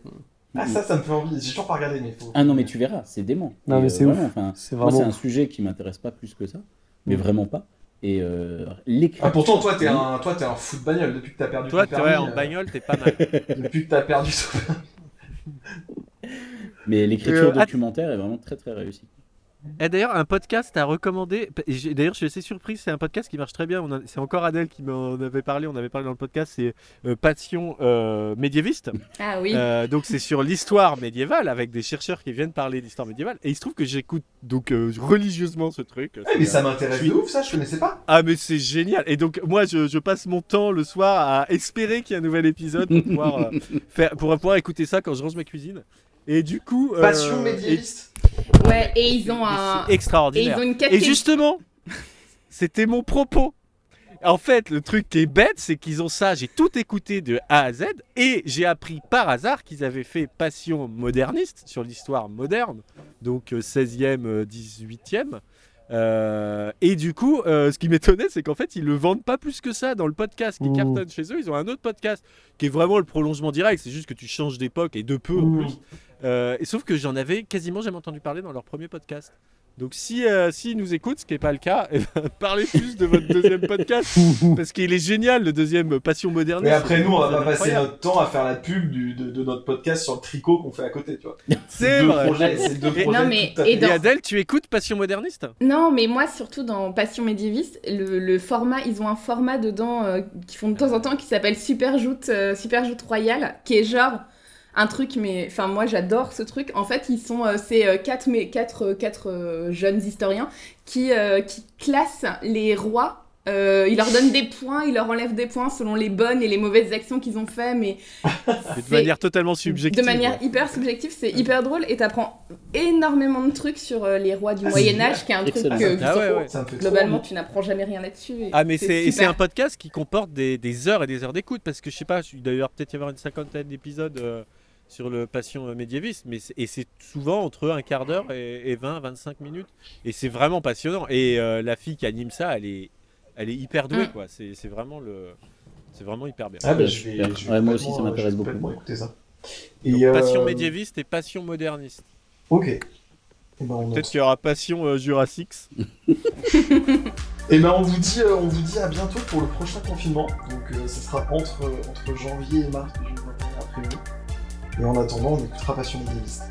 Ah, ça, ça me fait envie. J'ai toujours pas regardé, mais faut.
Mm. Ah non, mais tu verras, c'est dément.
Non,
Et,
mais
euh,
c'est ouf.
vraiment, enfin,
C'est
moi,
vraiment
c'est un
ouf.
sujet qui m'intéresse pas plus que ça, mais
Mm.
vraiment pas. Et euh, l'écrit.
Ah, pourtant, toi, t'es un, toi, t'es un fou de bagnole depuis que t'as perdu
Toi,
ton
t'es
permis.
ouais, en
euh,
bagnole, t'es pas mal.
Depuis que t'as perdu ton permis.
Mais l'écriture
Euh, att-
documentaire est vraiment très très réussie.
Et Eh, d'ailleurs, un podcast à recommander. et j'ai- D'ailleurs, je suis assez surpris. C'est un podcast qui marche très bien. On en- C'est encore Adèle qui m'en avait parlé. On avait parlé dans le podcast. C'est euh, Passion euh, médiéviste.
Ah oui.
Euh, donc, c'est sur l'histoire médiévale avec des chercheurs qui viennent parler d'histoire médiévale. Et il se trouve que j'écoute donc euh, religieusement ce truc.
Eh, mais ça
Je
m'intéresse
suis-
de ouf, ça, je connaissais pas.
Ah mais c'est génial Et donc moi je, je passe mon temps le soir à espérer qu'il y ait un nouvel épisode pour pouvoir, euh, faire, pour pouvoir écouter ça quand je range ma cuisine. Et du coup... euh,
Passion
et-
médiéviste.
Ouais, et ils ont un.
c'est extraordinaire.
Et ils ont une
Et
catégorie.
justement, c'était mon propos. En fait, le truc qui est bête, c'est qu'ils ont ça. J'ai tout écouté de A à Z et j'ai appris par hasard qu'ils avaient fait Passion moderniste sur l'histoire moderne, donc euh, 16e, euh, 18e. Euh, et du coup, euh, ce qui m'étonnait, c'est qu'en fait, ils le vendent pas plus que ça dans le podcast qui
Mmh.
cartonne chez eux. Ils ont un autre podcast qui est vraiment le prolongement direct. C'est juste que tu changes d'époque et de peu en
Mmh.
plus. Euh, et sauf que j'en avais quasiment jamais entendu parler dans leur premier podcast. Donc si euh, s'ils nous écoutent, ce qui n'est pas le cas, eh ben, parlez plus de votre deuxième podcast parce qu'il est génial le deuxième euh, Passion moderne.
Mais après, nous, on va pas passer
Incroyable.
notre temps à faire la pub du- de, de notre podcast sur le tricot qu'on fait à côté, tu vois.
C'est
deux
vrai.
projets- c'est deux
Et-
projets
Non, mais-
tout à
et
fait-
dans-
Et Adèle, tu écoutes Passion moderniste
Non, mais moi, surtout dans Passion médiéviste, le, le format, ils ont un format dedans euh, qu'ils font de temps en temps qui s'appelle Super Joute, euh, Super Joute Royale, qui est genre un truc, mais enfin, moi, j'adore ce truc. En fait, ils sont, euh, c'est euh, quatre, mais quatre, euh, quatre euh, jeunes historiens qui, euh, qui classent les rois. euh, ils leur donnent des points, ils leur enlèvent des points selon les bonnes et les mauvaises actions qu'ils ont fait, mais
Mais de
C'est-
manière totalement subjective.
de manière hyper subjective, c'est hyper drôle et t'apprends énormément de trucs sur euh, les rois du
Ah,
Moyen
c'est
Âge, qui est un truc
Excellent.
que
Ah ouais, ouais.
Ça me fait trop
globalement
envie.
tu n'apprends jamais rien là-dessus. et
Ah mais c'est et c'est
super.
un podcast qui comporte des, des heures et des heures d'écoute parce que je sais pas, je- il doit y avoir peut-être y avoir une cinquantaine d'épisodes euh, sur le passion euh, médiéviste mais c'est- et c'est souvent entre un quart d'heure et, et 20 25 minutes et c'est vraiment passionnant et euh, la fille qui anime ça elle est elle est hyper douée, quoi. C'est c'est vraiment le. C'est vraiment hyper bien.
Ah, bah, je vais- je vais Ouais, moi aussi, ça m'intéresse beaucoup.
Complètement écouter ça.
Donc,
euh,
Passion médiéviste et passion moderniste.
Ok. Et ben, on en-
Peut-être qu'il y aura passion euh, Jurassic.
Eh ben on vous dit, euh, on vous dit à bientôt pour le prochain confinement. Donc euh, ce sera entre, entre janvier et mars que je vous enverrai après vous. Et en attendant, on écoutera Passion Médiéviste.